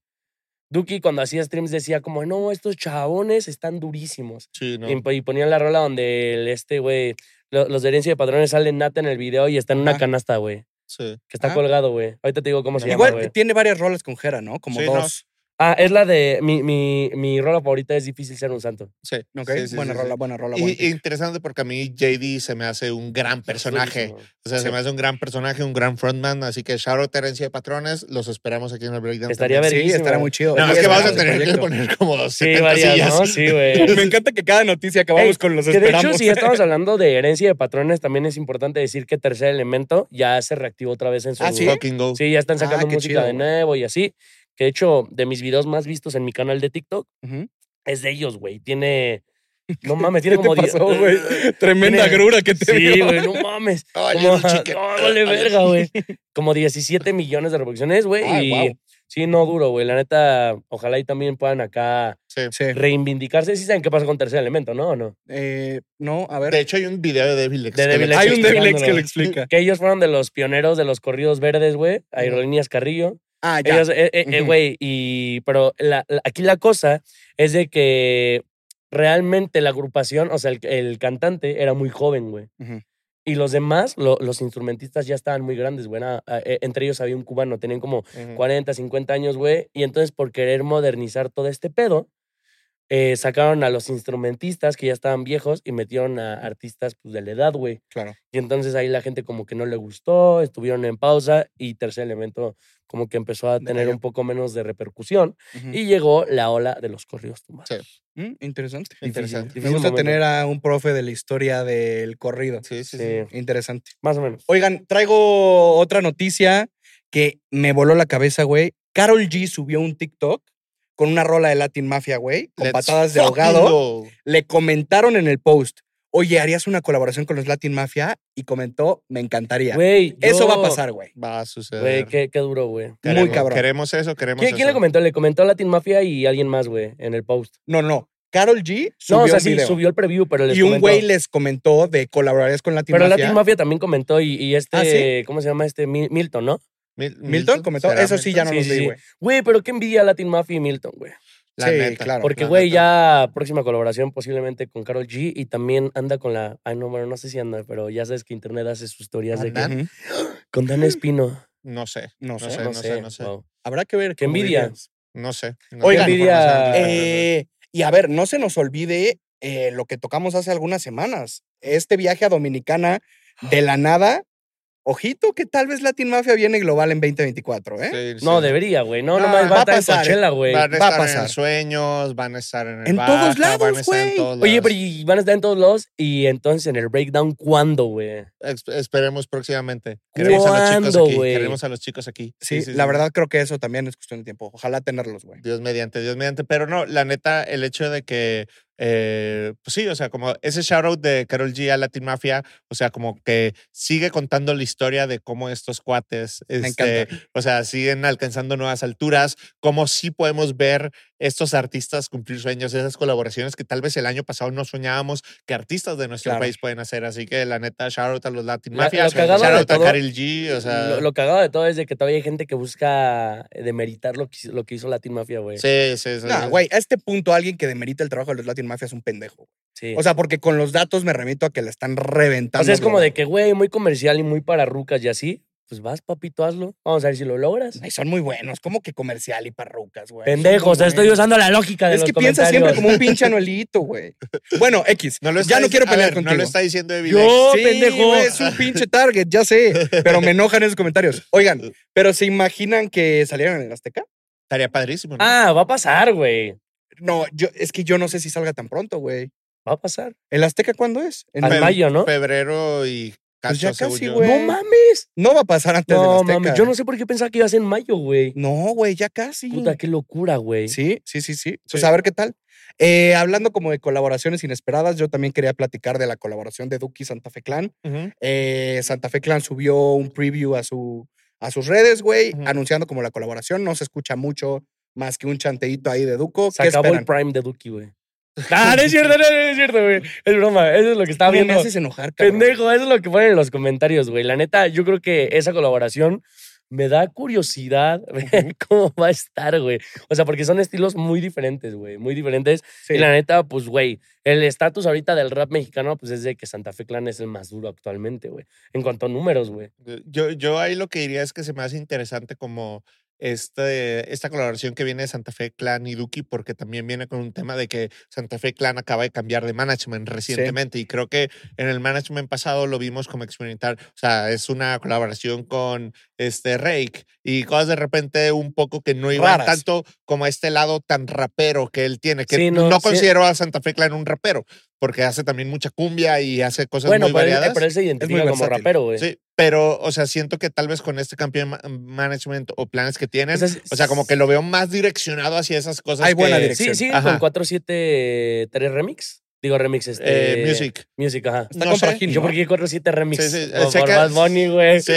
Duki cuando hacía streams decía como, no, estos chabones están durísimos.
Sí, no.
Y, po- y ponían la rola donde el, este, güey, lo- los de herencia de patrones salen nata en el video y está en una
Ajá.
canasta, güey.
Sí.
Que está
Ah.
colgado, güey. Ahorita te digo cómo se llama,
Igual
güey.
tiene varias roles con Jera, ¿no? Como
Sí, no.
dos.
Ah, es la de, mi, mi, mi rola favorita es Difícil ser un santo.
Sí.
Ok,
sí, sí,
buena
sí,
rola,
sí.
buena rola.
Y-
buen
y
pick.
interesante porque a mí JD se me hace un gran personaje.
Es durísimo.
O sea,
Sí.
se me hace un gran personaje, un gran frontman. Así que shout out Herencia de Patrones. Los esperamos aquí en el Breakdown.
Estaría
también.
Sí,
verguísima.
estará muy chido.
No,
Sí,
es que
estará
vamos a
el
tener que
proyecto.
poner como
Sí,
70
varias,
sillas.
¿no? Sí, güey.
Me encanta que cada noticia acabamos
Ey,
con los
Que de hecho,
esperamos.
si ya estamos hablando de herencia de patrones, también es importante decir que Tercer Elemento ya se reactivó otra vez en su...
Ah, ¿sí?
Fucking go.
Sí, ya están
Ah,
sacando
qué
música
chido,
de
güey.
nuevo y así. Que de hecho, de mis videos más vistos en mi canal de TikTok,
Ujú.
es de ellos, güey. Tiene... No mames,
¿Qué
tiene
te
como... die-
pasó, güey? Tremenda
Tiene-
agrura que te
Sí,
dio.
güey, no mames.
Ay,
Como,
little chicken.
no, vale verga, güey. Como 17 millones de reproducciones, güey.
Ay,
y
Ah, guau.
Sí, no duro, güey. La neta, ojalá y también puedan acá
Sí.
Sí.
reivindicarse. Sí saben qué pasa con Tercer Elemento, ¿no? ¿O no?
Eh, no, a ver.
De hecho, hay un video de Devil X.
De
que
Devil
lo
X.
Hay un
explica.
Devil X que
explicándolo.
lo explica.
Que ellos fueron de los pioneros de los corridos verdes, güey. Aerolíneas Carrillo.
Ah, ya.
Ellos, eh, eh, eh,
Ujú.
güey, y. Pero la- la- aquí la cosa es de que realmente la agrupación, o sea, el, el cantante era muy joven, güey.
Ujú.
Y los demás, lo- los instrumentistas ya estaban muy grandes, güey. Era- eh, Entre ellos había un cubano, tenían como
Ujú.
40, 50 años, güey. Y entonces, por querer modernizar todo este pedo, eh, sacaron a los instrumentistas que ya estaban viejos y metieron a artistas pues, de la edad, güey.
Claro.
Y entonces ahí la gente como que no le gustó, estuvieron en pausa y tercer elemento como que empezó a tener
Decayó.
un poco menos de repercusión
Ujú.
y llegó la ola de los corridos tumbados.
Sí.
Mm, interesante.
Difícil,
Interesante.
Me
difícil
gusta
momento.
tener a un profe de la historia del corrido.
Sí, sí, sí.
Sí,
Interesante.
más o menos.
Oigan, traigo otra noticia que me voló la cabeza, güey. Carol G subió un TikTok con una rola de Latin Mafia, güey, con
Let's
patadas de
fucking
ahogado.
go.
le comentaron en el post, oye, ¿harías una colaboración con los Latin Mafia? Y comentó, me encantaría.
Güey,
Eso
yo-
va a pasar, güey.
Va a suceder.
Güey, qué, qué duro, güey.
Queremos-
Muy cabrón.
Queremos eso, queremos
¿Quién,
eso.
quién le comentó? Le comentó Latin Mafia y alguien más, güey, en el post.
No, no. Carol G subió
No, o sea,
un
sí,
video.
subió el preview, pero les
y un
comentó.
güey les comentó de colaborarías con Latin
Pero
Mafia.
Latin Mafia también comentó y, y este,
¿Ah, sí?
¿cómo se llama este? Mi- Milton, ¿no?
Mil-
Milton comentó,
¿será
eso sí ya no
Sí,
los
sí,
leí,
sí.
güey.
Güey, pero qué envidia Latin Mafia y Milton, güey.
La
Sí,
neta.
claro.
Porque,
la
güey,
neta.
ya próxima colaboración posiblemente con Carol G y también anda con la. Ay, no, bueno, no sé si anda, pero ya sabes que Internet hace sus teorías de que.
¿Andan?
Ujú.
Con Dan Espino.
No sé,
No
No
sé.
sé.
no sé,
no sé.
wow.
Habrá que ver.
Qué
cómo
envidia.
dirías.
no sé. No
Oigan,
tengo información al
envidia,
respecto.
Eh, y a ver, no se nos olvide eh, lo que tocamos hace algunas semanas. Este viaje a Dominicana de la nada. Ojito que tal vez Latin Mafia viene global en 2024, ¿eh?
Sí, sí.
No, debería, güey. No,
Ah,
nomás va
va
a
a
estar en
pasar,
Coachella, güey.
Van a
va a
estar en
pasar.
sueños, van a estar en el
En todos
Baja,
lados,
van a estar en
güey.
todos
Oye,
lados.
pero y van a estar en todos lados y entonces en el breakdown, ¿cuándo, güey?
Ex- esperemos próximamente. Queremos a los
¿Cuándo,
chicos aquí.
güey?
Queremos a los chicos aquí.
Sí, la verdad creo que eso también es cuestión de tiempo. Ojalá tenerlos, güey.
Dios mediante, Dios mediante. Pero no, la neta, el hecho de que, eh, pues sí, o sea, como ese shoutout de Carol G a Latin Mafia, o sea, como que sigue contando la historia de cómo estos cuates,
Me
este,
encanta.
o sea, siguen alcanzando nuevas alturas, cómo sí podemos ver estos artistas cumplir sueños, esas colaboraciones que tal vez el año pasado no soñábamos que artistas de nuestro
Claro.
país pueden hacer. Así que la neta, shoutout a los Latin
La-
Mafia,
lo cagado de
shoutout a
todo-
Carol G, o sea,
lo, lo cagado de todo es de que todavía hay gente que busca demeritar lo que, hizo- lo que hizo Latin Mafia, güey.
sí, sí,
pues,
sí.
eh,
Nah,
sí.
güey, a este punto alguien que demerita el trabajo de los Latin Mafia es un pendejo.
Sí.
O sea, porque con los datos me remito a que la están reventando.
O sea, es como
global.
de que, güey, muy comercial y muy para rucas y así. Pues vas, papito, hazlo. Vamos a ver si lo logras.
Ay, son muy buenos, como que comercial y parrucas, güey. Son
Pues, Pendejos,
muy
estoy
buenos.
usando la lógica de
Es
los
que piensa siempre
comentarios.
como un pinche anuelito, güey. Bueno, X,
No lo está
ya no
dic-
quiero
a
pelear
ver,
contigo.
No lo está diciendo Evil
Yo,
Sí,
oh, pendejo.
güey, es un pinche target, ya sé. Pero me enojan esos comentarios. Oigan, ¿pero se imaginan que salieran en el Azteca?
Estaría padrísimo. ¿no?
Ah, va a pasar, güey.
No, yo, es que yo no sé si salga tan pronto, güey.
Va a pasar.
¿El Azteca cuándo es? En
Al
Fe-
mayo, ¿no?
Febrero y
Pues
cacho,
ya
según
casi,
yo.
güey.
No mames.
No va a pasar antes del
No
Azteca.
mames. Yo no sé por qué pensaba que iba a ser en mayo, güey.
No, güey, ya casi.
Puta, qué locura, güey.
Sí, sí, sí, sí. Pues a ver qué tal. Eh, hablando como de colaboraciones inesperadas, yo también quería platicar de la colaboración de Duki y Santa Fe Clan.
Ujú.
Eh, Santa Fe Clan subió un preview a, su, a sus redes, güey,
Ujú.
anunciando como la colaboración. No se escucha mucho más que un chanteíto ahí de Duco.
Se
¿Qué
acabó
esperan?
el Prime de Duki, güey. Ah, no es cierto, no, no, no es cierto, güey. Es broma. Eso es lo que estaba
Güey,
viendo.
me haces enojar, cabrón.
Pendejo, eso es lo que ponen en los comentarios, güey. La neta, yo creo que esa colaboración me da curiosidad ver cómo va a estar, güey. O sea, porque son estilos muy diferentes, güey. Muy diferentes.
Sí.
Y la neta, pues, güey, el estatus ahorita del rap mexicano, pues es de que Santa Fe Clan es el más duro actualmente, güey. En cuanto a números, güey.
Eh, Yo, yo ahí lo que diría es que se me hace interesante como este, esta colaboración que viene de Santa Fe Clan y Duki, porque también viene con un tema de que Santa Fe Clan acaba de cambiar de management recientemente y creo que en el management pasado lo vimos como experimentar, o sea, es una colaboración con este Rake y cosas de repente un poco que no iban
Raras.
tanto como a este lado tan rapero que él tiene, que
Sí, no,
no,
sí.
considero a Santa Fe Clan un rapero, porque hace también mucha cumbia y hace cosas
Bueno,
muy
pero él,
variadas.
pero él se identifica como
versátil.
rapero, güey.
Sí, pero, o sea, siento que tal vez con este cambio de ma- management o planes que tienen,
O sea, sí-
o sea, como que lo veo más direccionado hacia esas cosas.
Hay buena
que-
dirección.
Sí, sí,
Ajá.
con 473 remix. Digo, remix, este.
Eh, music.
Music, ajá.
Está
no
con
sé.
Frajín,
Yo
¿no?
porque corro siete remix.
Sí, sí, eh,
por,
sé
por
que-
Bad Bunny, güey.
Sí,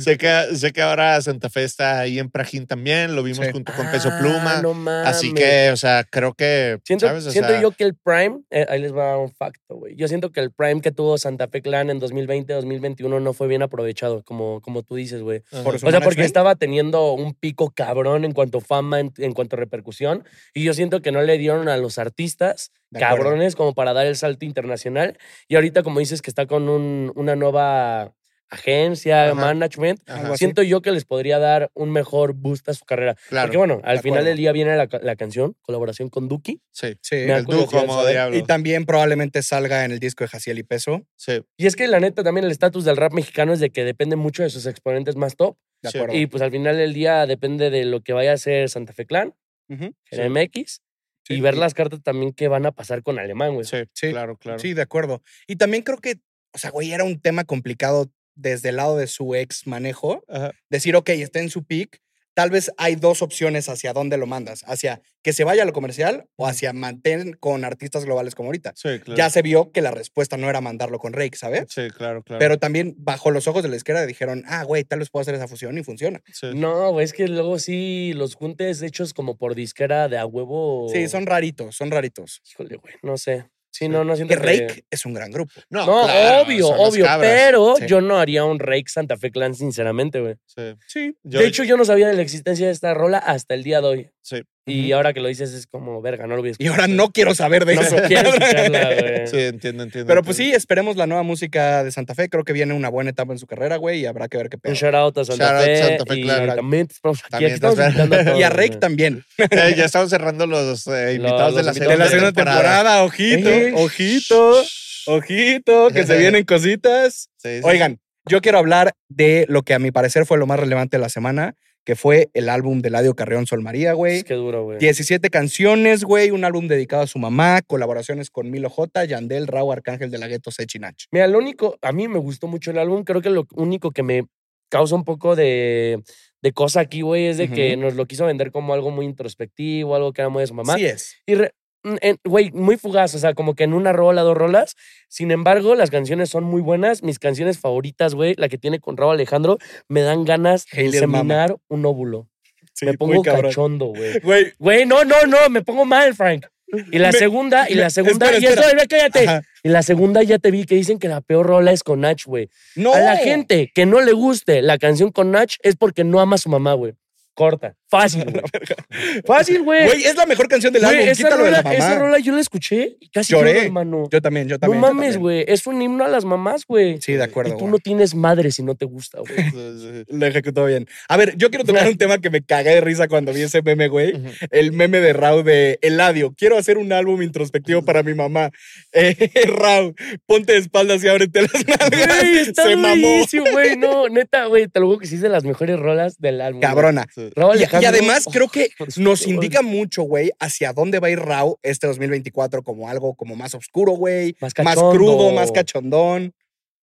sé, que, sé que ahora Santa Fe está ahí en Prajín también, lo vimos
Sí.
junto con Peso
Ah,
Pluma.
no mames.
así que, o sea, creo que.
Siento,
¿sabes? O
siento
sea,
yo que el Prime, eh, ahí les va un facto, güey. Yo siento que el Prime que tuvo Santa Fe Clan en 2020-2021 no fue bien aprovechado, como, como tú dices, güey.
ajá.
por su-
O sea, porque
management?
estaba teniendo un pico cabrón en cuanto a fama, en, en cuanto a repercusión, y yo siento que no le dieron a los artistas
De acuerdo.
cabrones como para dar el salto internacional. Y ahorita, como dices, que está con un- una nueva agencia,
Ajá. Pues
management,
Ajá,
así.
siento yo que les podría dar un mejor boost a su carrera.
claro.
Porque bueno, al
de
final
acuerdo.
del día viene la, ca- la canción, colaboración con Duki.
sí.
Sí.
Me da
El dúo
curiosidad
como
saber.
diablo.
Y también probablemente salga en el disco de Jaciel y Peso.
Sí.
Y es que la neta también el estatus del rap mexicano es de que depende mucho de sus exponentes más top.
De
Sí.
acuerdo.
Y pues al final del día depende de lo que vaya a hacer Santa Fe Clan,
Ujú.
MX,
Sí.
y ver las cartas también que van a pasar con Alemán, güey.
Sí,
Sí,
claro,
pues,
claro.
Sí, de acuerdo. Y también creo que, o sea, güey, era un tema complicado desde el lado de su ex manejo.
Ajá.
Decir, ok, está en su peak. Tal vez hay dos opciones hacia dónde lo mandas. Hacia que se vaya a lo comercial o hacia mantén con artistas globales como ahorita.
Sí,
pues,
claro.
Ya se vio que la respuesta no era mandarlo con Rake, ¿sabes?
Sí, claro, claro.
Pero también bajo los ojos de la izquierda dijeron, ah, güey, tal vez puedo hacer esa fusión y funciona.
Sí.
No, güey, es que luego sí los juntes hechos como por disquera de a huevo.
Sí, son raritos, son raritos.
Híjole, güey, no sé. Sí, no, no siento
Que
que...
Rake es un gran grupo.
No,
No,
claro,
obvio,
son las
obvio,
cabras.
pero
Sí.
yo no haría un Rake Santa Fe Clan sinceramente, güey.
Sí.
Sí.
Yo-
De hecho, yo no sabía de la existencia de esta rola hasta el día de hoy.
sí.
Y
Ujú.
ahora que lo dices es como, verga, no lo hubiese
Y ahora no quiero saber de
No
eso.
quiero escucharla, güey.
Sí, entiendo, entiendo.
Eh, Pero pues sí,
entiendo.
esperemos la nueva música de Santa Fe. Creo que viene una buena etapa en su carrera, güey, y habrá que ver qué
Un
pedo.
shout out a Santa
Shout out
Fe.
Santa Fe,
y
claro.
También te estamos aquí,
También
aquí estamos
te espero.
invitando todos,
Y a
güey.
Rake también.
Eh, ya estamos cerrando los eh, invitados
Los-
de la
los
segunda
invitados de la segunda
ojito,
Ey.
ojito, ojito, que se vienen cositas.
Sí, sí,
Oigan, yo quiero hablar de lo que a mi parecer fue lo más relevante de la semana, que fue el álbum de Ladio Carrión Sol María, güey.
Es que duro, güey.
17 canciones, güey, un álbum dedicado a su mamá, colaboraciones con Milo J, Yandel, Rao, Arcángel de la Gueto, Sechinach.
Mira, lo único, a mí me gustó mucho el álbum. Creo que lo único que me causa un poco de, de cosa aquí, güey, es de que nos lo quiso vender como algo muy introspectivo, algo que era muy de su mamá.
Sí es.
Y, re- en- en- güey, muy fugaz, o sea, como que en una rola, dos rolas. Sin embargo, las canciones son muy buenas. Mis canciones favoritas, güey, la que tiene con Raúl Alejandro, me dan ganas de
Hail Mama.
inseminar un óvulo.
Sí,
me pongo
muy cabrón.
cachondo, güey.
Güey,
Güey, no, no, no, me pongo mal, Frank. Y la
Me-
segunda, y
me-
la segunda,
espera,
y eso,
espera.
ve, cállate.
ajá.
Y la segunda ya te vi que dicen que la peor rola es con Nach, güey.
no.
A la gente que no le guste la canción con Nach es porque no ama a su mamá, güey. Corta. Fácil, güey. Fácil, güey.
Güey, es la mejor canción del
Güey,
álbum.
esa,
Quítalo de
rola,
la mamá.
esa rola yo la escuché y casi
Lloré.
lloro, hermano.
Yo también, yo también.
no
yo
mames,
también.
güey. Es un himno a las mamás, güey.
Sí, de
y
acuerdo.
tú
güey.
no tienes madre si no te gusta, güey.
sí, sí.
Lo ejecutó bien. A ver, yo quiero tocar un tema que me cagué de risa cuando vi ese meme, güey.
Ujú.
El meme de Rau de Eladio. Quiero hacer un álbum introspectivo para mi mamá. Eh, Rau, ponte de espaldas y ábrete las nalgas.
Güey, está
Se mamó.
durísimo, güey. No, neta, güey. Te lo juro que sí es de las mejores rolas del álbum. güey.
Cabrona.
Sí.
Raúl
Y- Y,
Alejandro,
además
oh,
creo que
por su
nos
puta madre.
indica mucho, güey, hacia dónde va a ir Rau este 2024 como algo como más oscuro, güey.
Más
Más
cachondo.
crudo, más cachondón.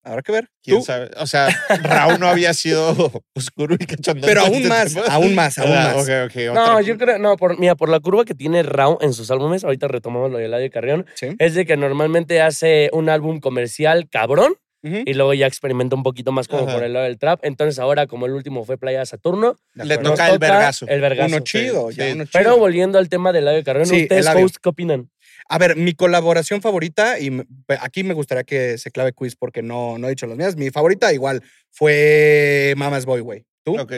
Habrá que ver.
¿Quién
Tú,
sabe? O sea, Raúl no había sido oscuro y cachondón.
Pero aún
este
más,
tiempo.
aún más, aún
Ah,
más.
ok, ok,
No,
otra.
yo creo, no, por, mira, por la curva que tiene Rao en sus álbumes, ahorita retomamos lo de Eladio Carrión,
Sí.
es de que normalmente hace un álbum comercial cabrón
Ujú.
y luego ya experimenta un poquito más como
Ajá.
por el lado del trap. Entonces ahora, como el último fue Playa de Saturno,
De
Le
acuerdo.
toca
nos
el vergazo.
El vergazo.
Uno chido,
Sí,
ya
sí.
uno chido.
Pero volviendo al tema del Eladio Carrión,
Sí,
¿ustedes,
Eladio.
host, qué opinan?
A ver, mi colaboración favorita, y me- aquí me gustaría que se clave quiz porque no, no he dicho las mías. Mi favorita igual fue Mama's Boy, güey. ¿Tú?
Ok.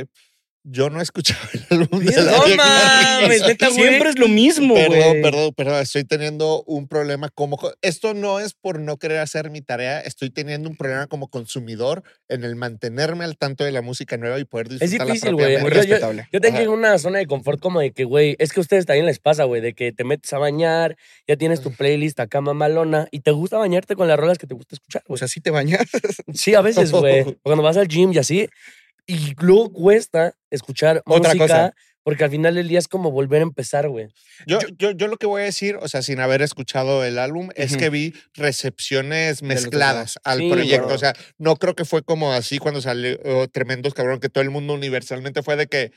Yo no he escuchado el álbum de
Mierda,
la
No
Diego
mames,
Martínez.
neta, güey.
Siempre es lo mismo, güey.
Perdón, perdón, perdón. Estoy teniendo un problema como. co- Esto no es por no querer hacer mi tarea. Estoy teniendo un problema como consumidor en el mantenerme al tanto de la música nueva y poder disfrutar
difícil,
la propia
güey.
Muy
música.
Yo- yo-
respetable.
Yo tengo
Ajá.
una zona de confort como de que, güey, es que a ustedes también les pasa, güey, de que te metes a bañar, ya tienes tu playlist acá mamalona y te gusta bañarte con las rolas que te gusta escuchar, güey.
O sea, sí te bañas.
Sí, a veces, güey. O Cuando vas al gym y así. Y luego cuesta escuchar
Otra
música.
cosa.
Porque al final del día es como volver a empezar, güey. Pues
Yo, yo, yo lo que voy a decir, o sea, sin haber escuchado el álbum, es
Ujú.
que vi recepciones
los dos
mezcladas al
Sí,
proyecto.
no.
O oh, sea, no creo que fue como así cuando salió Tremendos Cabrón, que todo el mundo universalmente fue de que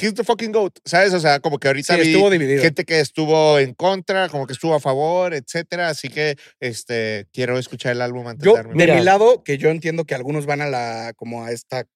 he's the fucking goat, ¿sabes? O sea, como que ahorita
Sí,
vi
estuvo dividido.
gente que estuvo en contra, como que estuvo a favor, etcétera. Así que este quiero escuchar el álbum antes
Yo,
de
de
darme
Mira.
mi lado, que yo entiendo que algunos van a la, como a esta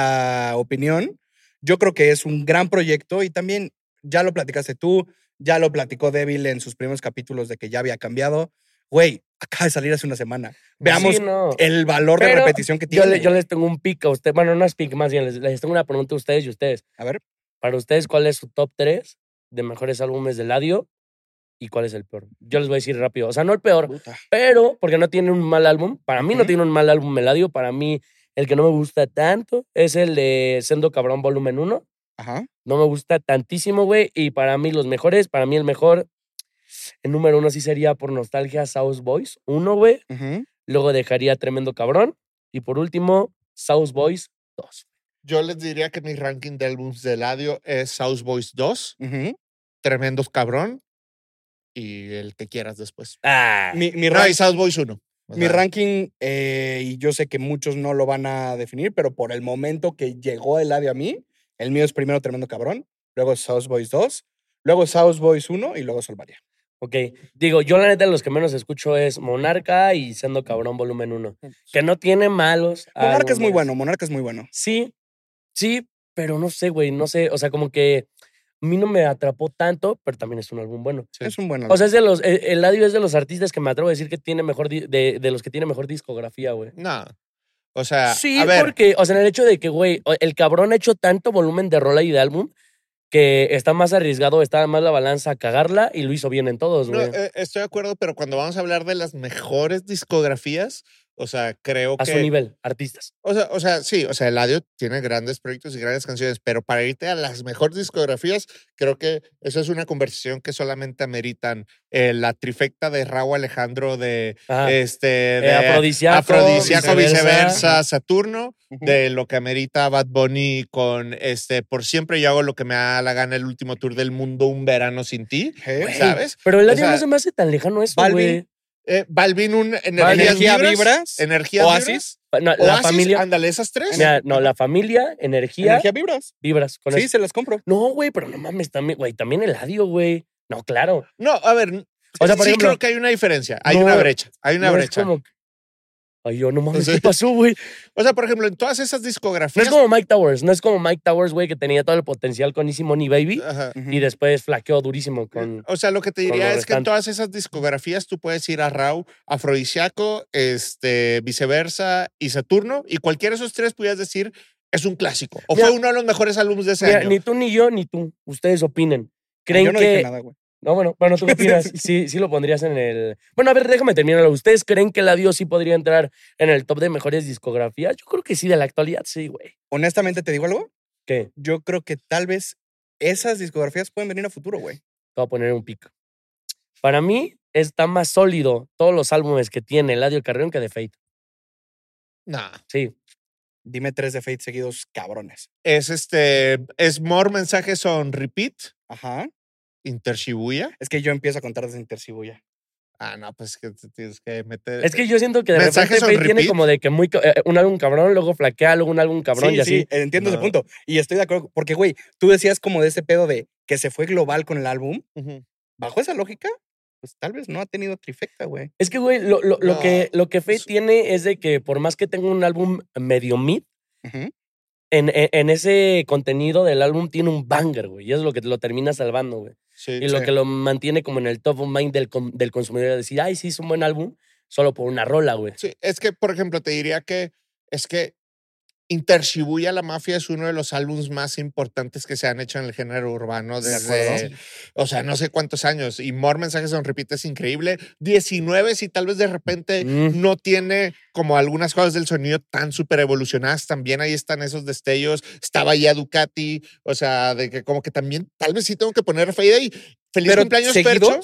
contraopinión, yo creo que es un gran proyecto y también ya lo platicaste tú, ya lo platicó Devil en sus primeros capítulos de que ya había cambiado. Güey, acaba de salir hace una semana. Veamos
Sí, no.
el valor de
Pero
repetición que
Yo,
tiene.
le- yo les tengo un pick a ustedes. Bueno, no es pick, más bien les, les tengo una pregunta a ustedes y ustedes.
A ver,
Para ustedes, ¿cuál es su top 3 de mejores álbumes de Ladio? ¿Y cuál es el peor? Yo les voy a decir rápido. O sea, no el peor,
puta.
pero porque no tiene un mal álbum. Para mí no
Ujú.
tiene un mal álbum Meladio. Para mí, el que no me gusta tanto es el de Sendo Cabrón Volumen 1.
Ajá.
No me gusta tantísimo, güey. Y para mí los mejores, para mí el mejor, el número uno sí sería por nostalgia South Boys 1, güey.
ujú.
Luego dejaría Tremendo Cabrón. Y por último, South Boys 2.
Yo les diría que mi ranking de álbumes de Ladio es South Boys 2,
Ujú.
Tremendos Cabrón y el que quieras después.
Ah,
Mi, mi
No,
rank-
y South Boys 1. o
mi
sea,
ranking, eh, y yo sé que muchos no lo van a definir, pero por el momento que llegó el audio a mí, el mío es primero Tremendo Cabrón, luego South Boys 2, luego South Boys 1 y luego Solvaria.
ok. Digo, yo la neta los que menos escucho es Monarca y Sendo Cabrón Volumen 1. Que no tiene malos.
Monarca es muy
álbumes.
bueno, Monarca es muy bueno.
Sí, sí, pero no sé, güey, no sé. O sea, como que a mí no me atrapó tanto, pero también es un álbum bueno.
Sí.
Es un buen álbum.
O sea, es de los, e, el, Eladio es de los artistas que me atrevo a decir que tiene mejor, di- de, de los que tiene mejor discografía, güey.
No. O sea,
Sí,
a ver,
porque, o sea, en el hecho de que, güey, o- el cabrón ha hecho tanto volumen de rola y de álbum que está más arriesgado, está más la balanza a cagarla y lo hizo bien en todos,
no,
güey.
eh, estoy de acuerdo, pero cuando vamos a hablar de las mejores discografías, o sea, creo
a
que.
su nivel, artistas.
O sea, o sea, sí, o sea, Eladio tiene grandes proyectos y grandes canciones, pero para irte a las mejores discografías, creo que eso es una conversación que solamente ameritan eh, la trifecta de Raúl Alejandro de
Ajá.
este de
Eh, afrodisíaco,
Afrodisíaco,
viceversa.
viceversa, Saturno,
Ujú.
de lo que amerita Bad Bunny con este por siempre yo hago lo que me da la gana el último tour del mundo un verano sin ti,
¿Eh?
Güey,
¿sabes?
Pero el Eladio
sea,
no se me hace tan lejano eso,
Balvin,
güey.
Eh, Balvin un energías
Energía
vibras,
Vibras,
energías
Oasis,
No,
vibras,
la
Oasis,
familia.
ándale esas tres.
mira, no, la familia, energía,
Energía Vibras.
vibras. Con
Sí,
eso.
se las compro.
No, güey, pero no mames, también, güey, también Eladio, güey. No, claro.
No, a ver.
O sea, por
sí
ejemplo-
creo que hay una diferencia. Hay
No,
una brecha. Hay una
No, es
brecha.
como- Ay, yo no mames,
Sí.
¿qué pasó, güey?
O sea, por ejemplo, en todas esas
No
discografías.
es como Mike Towers, no es como Mike Towers, güey, que tenía todo el potencial con Easy Money Baby
Ajá.
Ujú. Ah,
y después flaqueó durísimo con.
O sea, lo que te
con
diría
lo
es que en
restante.
todas esas discografías tú puedes ir a Rau, Afrodisiaco, este, viceversa y Saturno, y cualquiera de esos tres pudieras decir es un clásico. O
Mira,
fue uno de los mejores álbumes de ese
Mira,
año.
ni tú ni yo, ni tú. Ustedes opinen.
Ah,
¿Creen
Yo no
que.?
dije nada, güey.
No, bueno, bueno, ¿tú qué opinas? Sí, sí lo pondrías en el. Bueno, a ver, déjame terminarlo. ¿Ustedes creen que el adiós sí podría entrar en el top de mejores discografías? Yo creo que sí, de la actualidad, sí, güey.
Honestamente, ¿te digo algo?
¿Qué?
Yo creo que tal vez esas discografías pueden venir a futuro, güey.
Te voy a poner un pico. Para mí, está más sólido todos los álbumes que tiene Eladio Carrión que de Fate.
Nah.
Sí.
Dime tres de Fate seguidos cabrones.
Es este. Es More Mensajes on Repeat,
Ajá.
Inter Shibuya.
Es que yo empiezo a contar desde Intercibuya.
Ah, no, pues que te tienes que meter.
Es que yo siento que de
¿Mensajes
repente
on
Fate tiene
repeat?
como de que muy, ca- eh, un álbum cabrón, luego flaquea, luego un álbum cabrón
sí,
y así.
sí, entiendo ese
No.
punto. Y estoy de acuerdo. Porque, güey, tú decías como de ese pedo de que se fue global con el álbum.
Ujú.
Bajo esa lógica, pues tal vez no ha tenido trifecta, güey.
Es que, güey, lo, lo- lo
No,
que, lo que Fate
es-
tiene es de que por más que tenga un álbum medio mid,
Ujú.
en, en- en ese contenido del álbum tiene un banger, güey. Y eso es lo que lo termina salvando, güey.
Sí,
Y
sí.
lo que lo mantiene como en el top of mind del, com- del consumidor. es Decir, ay, sí, es un buen álbum, solo por una rola, güey.
Sí, es que, por ejemplo, te diría que es que Inter Shibuya la Mafia es uno de los álbumes más importantes que se han hecho en el género urbano
¿De
desde,
acuerdo?
o sea, no sé cuántos años. Y More Mensajes on Repeat es increíble. 19, si tal vez de repente
Mm.
no tiene como algunas cosas del sonido tan súper evolucionadas, también ahí están esos destellos. Estaba ya Ducati, o sea, de que como que también tal vez sí tengo que poner Fade ahí. Feliz cumpleaños, Percho.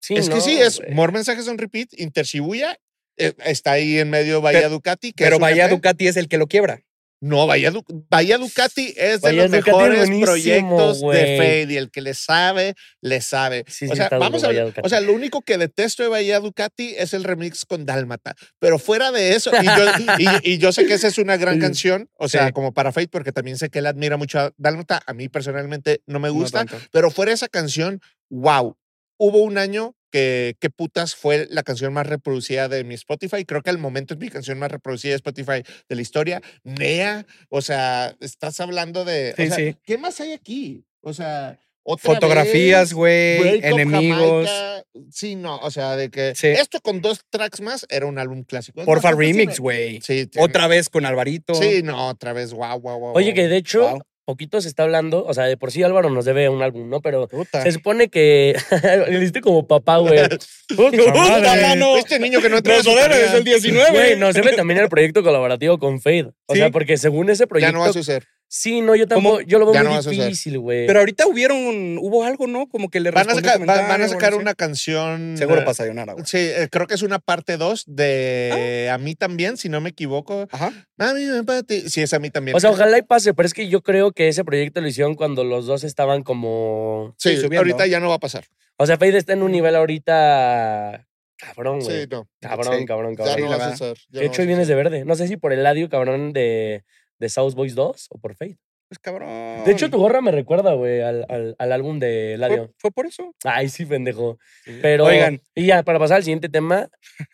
Sí,
Es que
no,
sí, es
güey.
More Mensajes on Repeat, Inter Shibuya, eh, está ahí en medio Bahía
Pero-
Ducati. Que
Pero
es un
Bahía
EP.
Ducati es el que lo quiebra.
No, Bahía, Du- Bahía Ducati es de
Bahía
los
Ducati es
mejores
buenísimo,
proyectos
güey.
de Fade y el que le sabe, le sabe.
Sí,
o
sí,
sea,
está duro
vamos a
Bahía Ducati.
O sea, lo único que detesto de Bahía Ducati es el remix con Dálmata. Pero fuera de eso, y yo, y- y yo sé que esa es una gran
Sí.
canción, o sea,
Sí.
como para Fate, porque también sé que él admira mucho a Dálmata. A mí personalmente no me
No
gusta,
tanto.
pero fuera de esa canción, wow. Hubo un año que, qué putas, fue la canción más reproducida de mi Spotify. Creo que al momento es mi canción más reproducida de Spotify de la historia. Nea, o sea, estás hablando de. o
Sí,
sea,
sí.
¿Qué más hay aquí? O sea, otra vez-
Fotografías, güey,
Breakup
enemigos.
Jamaica. Sí, no, o sea, de que
Sí.
esto con dos tracks más era un álbum clásico. Es
Porfa
bastante
Remix,
similar.
güey.
Sí, tiene-
Otra vez con Alvarito.
Sí, no, otra vez, guau, guau, guau.
Oye,
guau.
que de hecho,
Wow.
poquito se está hablando, o sea, de por sí Álvaro nos debe un álbum, ¿no? Pero
Puta.
Ah.
se supone que. Le diste como papá, güey.
Puta
madre.
mano.
Este niño que no trae
Nos
su
deben
tarea,
desde el 19.
Güey, nos debe también el proyecto colaborativo con Fade. O
Sí.
sea, porque según ese
Ya
proyecto.
no va a suceder.
sí, no, yo
¿Cómo?
tampoco. Yo lo veo
Ya no
muy
va a suceder.
difícil, güey.
Pero ahorita hubieron, hubo algo, ¿no? Como que le
Van a
respondió
sacar, va- van a
comentario,
sacar
no sé.
una canción.
Seguro
eh,
para Sayonara, güey.
Sí, eh, creo que es una parte 2 de A mí también, si no me equivoco.
Ajá.
Mami, ven pa' ti. Sí, es a mí también.
o sea, ojalá y pase, pero es que yo creo que ese proyecto lo hicieron cuando los dos estaban como.
Sí,
Sí, subiendo.
ahorita ya no va a pasar.
O sea, Fade está en un nivel ahorita. Cabrón, güey.
Sí, no.
cabrón,
sí.
cabrón,
Ya
cabrón.
no
la
va a
verdad.
suceder. ya
de
no va a
hecho, hoy vienes
suceder.
de verde. No sé si por el ladio, cabrón, de, de South Boys 2 o por Fade.
Pues cabrón.
De hecho, tu gorra me recuerda, güey, al, al- al álbum de
¿Fue,
Ladio.
fue por eso.
Ay, sí, pendejo. Pero,
Oigan.
Y ya, para pasar al siguiente tema,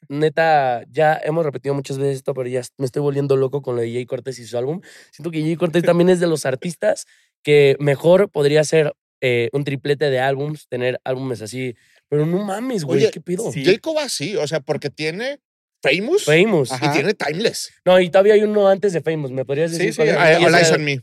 neta, ya hemos repetido muchas veces esto, pero ya me estoy volviendo loco con lo de Jay Cortés y su álbum. Siento que Jay Cortés también es de los artistas que mejor podría ser eh, un triplete de álbums, tener álbumes así. Pero no mames, güey,
Oye,
¿qué pido?
sí.
Jacob va así, o sea, porque tiene Famous
Famous.
y
Ajá.
tiene Timeless.
No, y todavía hay uno antes de Famous, ¿me podrías
Sí,
decir?
sí,
cuál es?
Ah,
Ah,
y
All
esa-
Eyes on Me.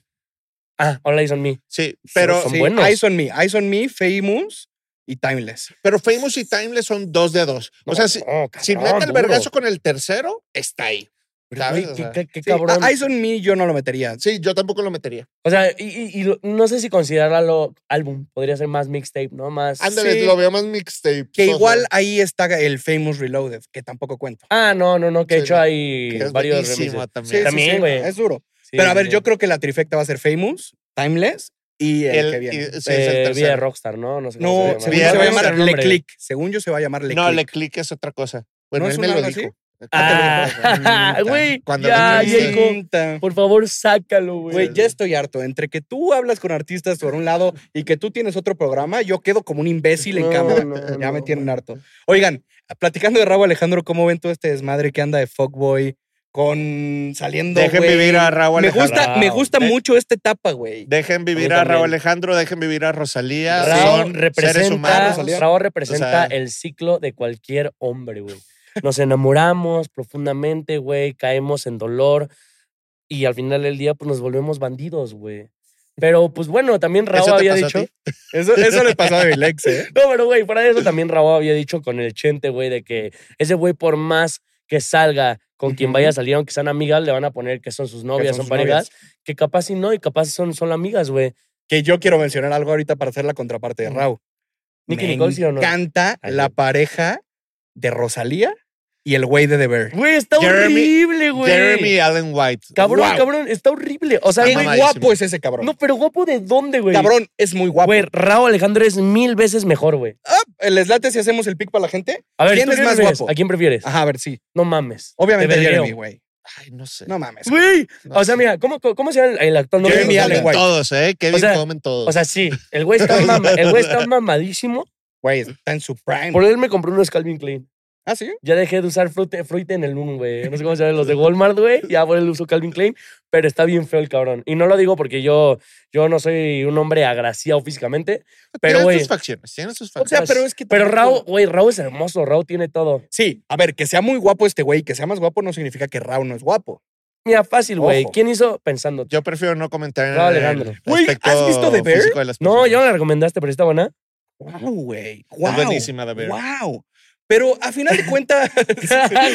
Ah, All Eyes on Me.
Sí, pero,
Son buenos.
Eyes on Me, Eyes on Me, Famous y Timeless.
pero Famous y Timeless son dos de dos. O sea, si,
no,
si
cabrón,
mete el
duro.
vergazo con el tercero, está ahí.
Pero,
¿sabes?
güey,
O
qué-
sea, Ah,
qué- qué
Sí,
cabrón.
a- Eyes on Me yo no lo metería.
Sí, yo tampoco lo metería.
O sea, y, y- y lo- no sé si considerarlo álbum. Podría ser más mixtape, ¿no? Más.
Ándale,
Sí.
lo veo más mixtape.
Que
soso.
igual ahí está el Famous Reloaded, que tampoco cuenta.
Ah, no, no, no, que he
Sí,
hecho
no,
hay
Que es
varios
buenísimo
remixes.
también.
Sí, También, güey.
Es duro.
Sí,
Pero a
sí,
ver,
sí.
yo creo que la trifecta va a ser Famous, Timeless y el,
El-
que viene.
y- sí, es el
Eh, Vida de
tercero.
Rockstar, ¿no? No, sé cómo
no,
se
según
Vida
yo
llama.
se va a
de
llamar
Rockstar,
Le
hombre.
Click. Según yo se va a llamar Le
no,
Click.
le click es otra cosa. Bueno,
¿No es
él
un
me lo
algo así?
dijo.
Ah, güey,
Cuando
ya,
venga el-
Jacob. Por favor, sácalo, güey.
Güey, ya estoy harto. Entre que tú hablas con artistas por un lado y que tú tienes otro programa, yo quedo como un imbécil en
No,
cámara.
no,
ya me
no.
tienen harto. Oigan, platicando de Rabo Alejandro, ¿cómo ven todo este desmadre que anda de fuckboy con saliendo?
Dejen
güey?
vivir a Raúl
Me
Alejandro.
gusta, me gusta
Rao.
mucho esta etapa, güey.
Dejen vivir
A mí
a Raúl
también.
Alejandro, dejen vivir a Rosalía.
Rao
son seres
representa,
humanos.
Rosalía.
Rao representa
O sea-
el ciclo de cualquier hombre, güey. Nos enamoramos profundamente, güey, caemos en dolor y al final del día pues nos volvemos bandidos, güey. Pero pues bueno, también Rao
¿Eso te
había
pasó a
dicho...
ti?
Eso, eso le pasó a Vilex, ¿eh?
No, pero güey, fuera de eso también Raúl había dicho con el Chente, güey, de que ese güey por más que salga con quien
Ujú.
vaya a salir, aunque sean amigas, le van a poner que son sus novias, son,
sus
parejas,
novias.
que capaz y no, y capaz son solo amigas, güey.
Que yo quiero mencionar algo ahorita para hacer la contraparte de Rao.
Nicky
me
Nicole, ¿sí o no?
encanta
Ay,
la
güey.
pareja de Rosalía y el güey de The Bear.
Güey, está
Jeremy-
horrible, güey.
Jeremy Allen White.
Cabrón,
Wow.
cabrón, está horrible. O
Está
sea,
Qué
güey,
mamadísimo.
guapo es ese cabrón.
no, pero guapo de dónde, güey.
Cabrón, es muy guapo.
Güey, Raúl Alejandro es mil veces mejor, güey.
¿Les late si hacemos el pick para la gente?
A ver,
¿Quién
¿tú
es más
prefieres?
guapo? Ah.
¿A quién prefieres?
Ajá, a ver, sí.
No mames.
Obviamente
Te vergueo.
Jeremy, güey.
Ay, no sé.
No mames.
Güey,
no
o sea,
sé.
mira, ¿cómo, cómo se llama el- el actor? No me
Jeremy
Jeremy
acuerdo.
Allen
Allen
Todos,
White.
¿eh? Kevin
O sea,
comen todos.
O sea, sí, el güey está, mama- el güey está mamadísimo.
Güey, está en su prime.
Por él me compré unos Calvin Klein.
¿Ah, sí?
Ya dejé de usar Fruite, Fruite en el Loom, güey. No sé cómo se llaman los de Walmart, güey. Ya por él uso Calvin Klein, pero está bien feo el cabrón. Y no lo digo porque yo, yo no soy un hombre agraciado físicamente, pero
tienen
güey.
sus facciones, tienen sus
O
facciones.
sea, pero es que...
Pero
tampoco-
Raúl, güey, Raúl es hermoso, Raúl tiene todo.
Sí, a ver, que sea muy guapo este güey, que sea más guapo no significa que Raúl no es guapo.
Mira, fácil, güey.
Ojo.
¿Quién hizo pensando?
Yo prefiero no comentar en
Raúl Alejandro.
Güey, ¿has visto The Bear?
No, ya me la recomendaste, pero está buena.
Wow, güey. Wow.
buenísima, The Bear.
Wow. Pero a final de cuentas...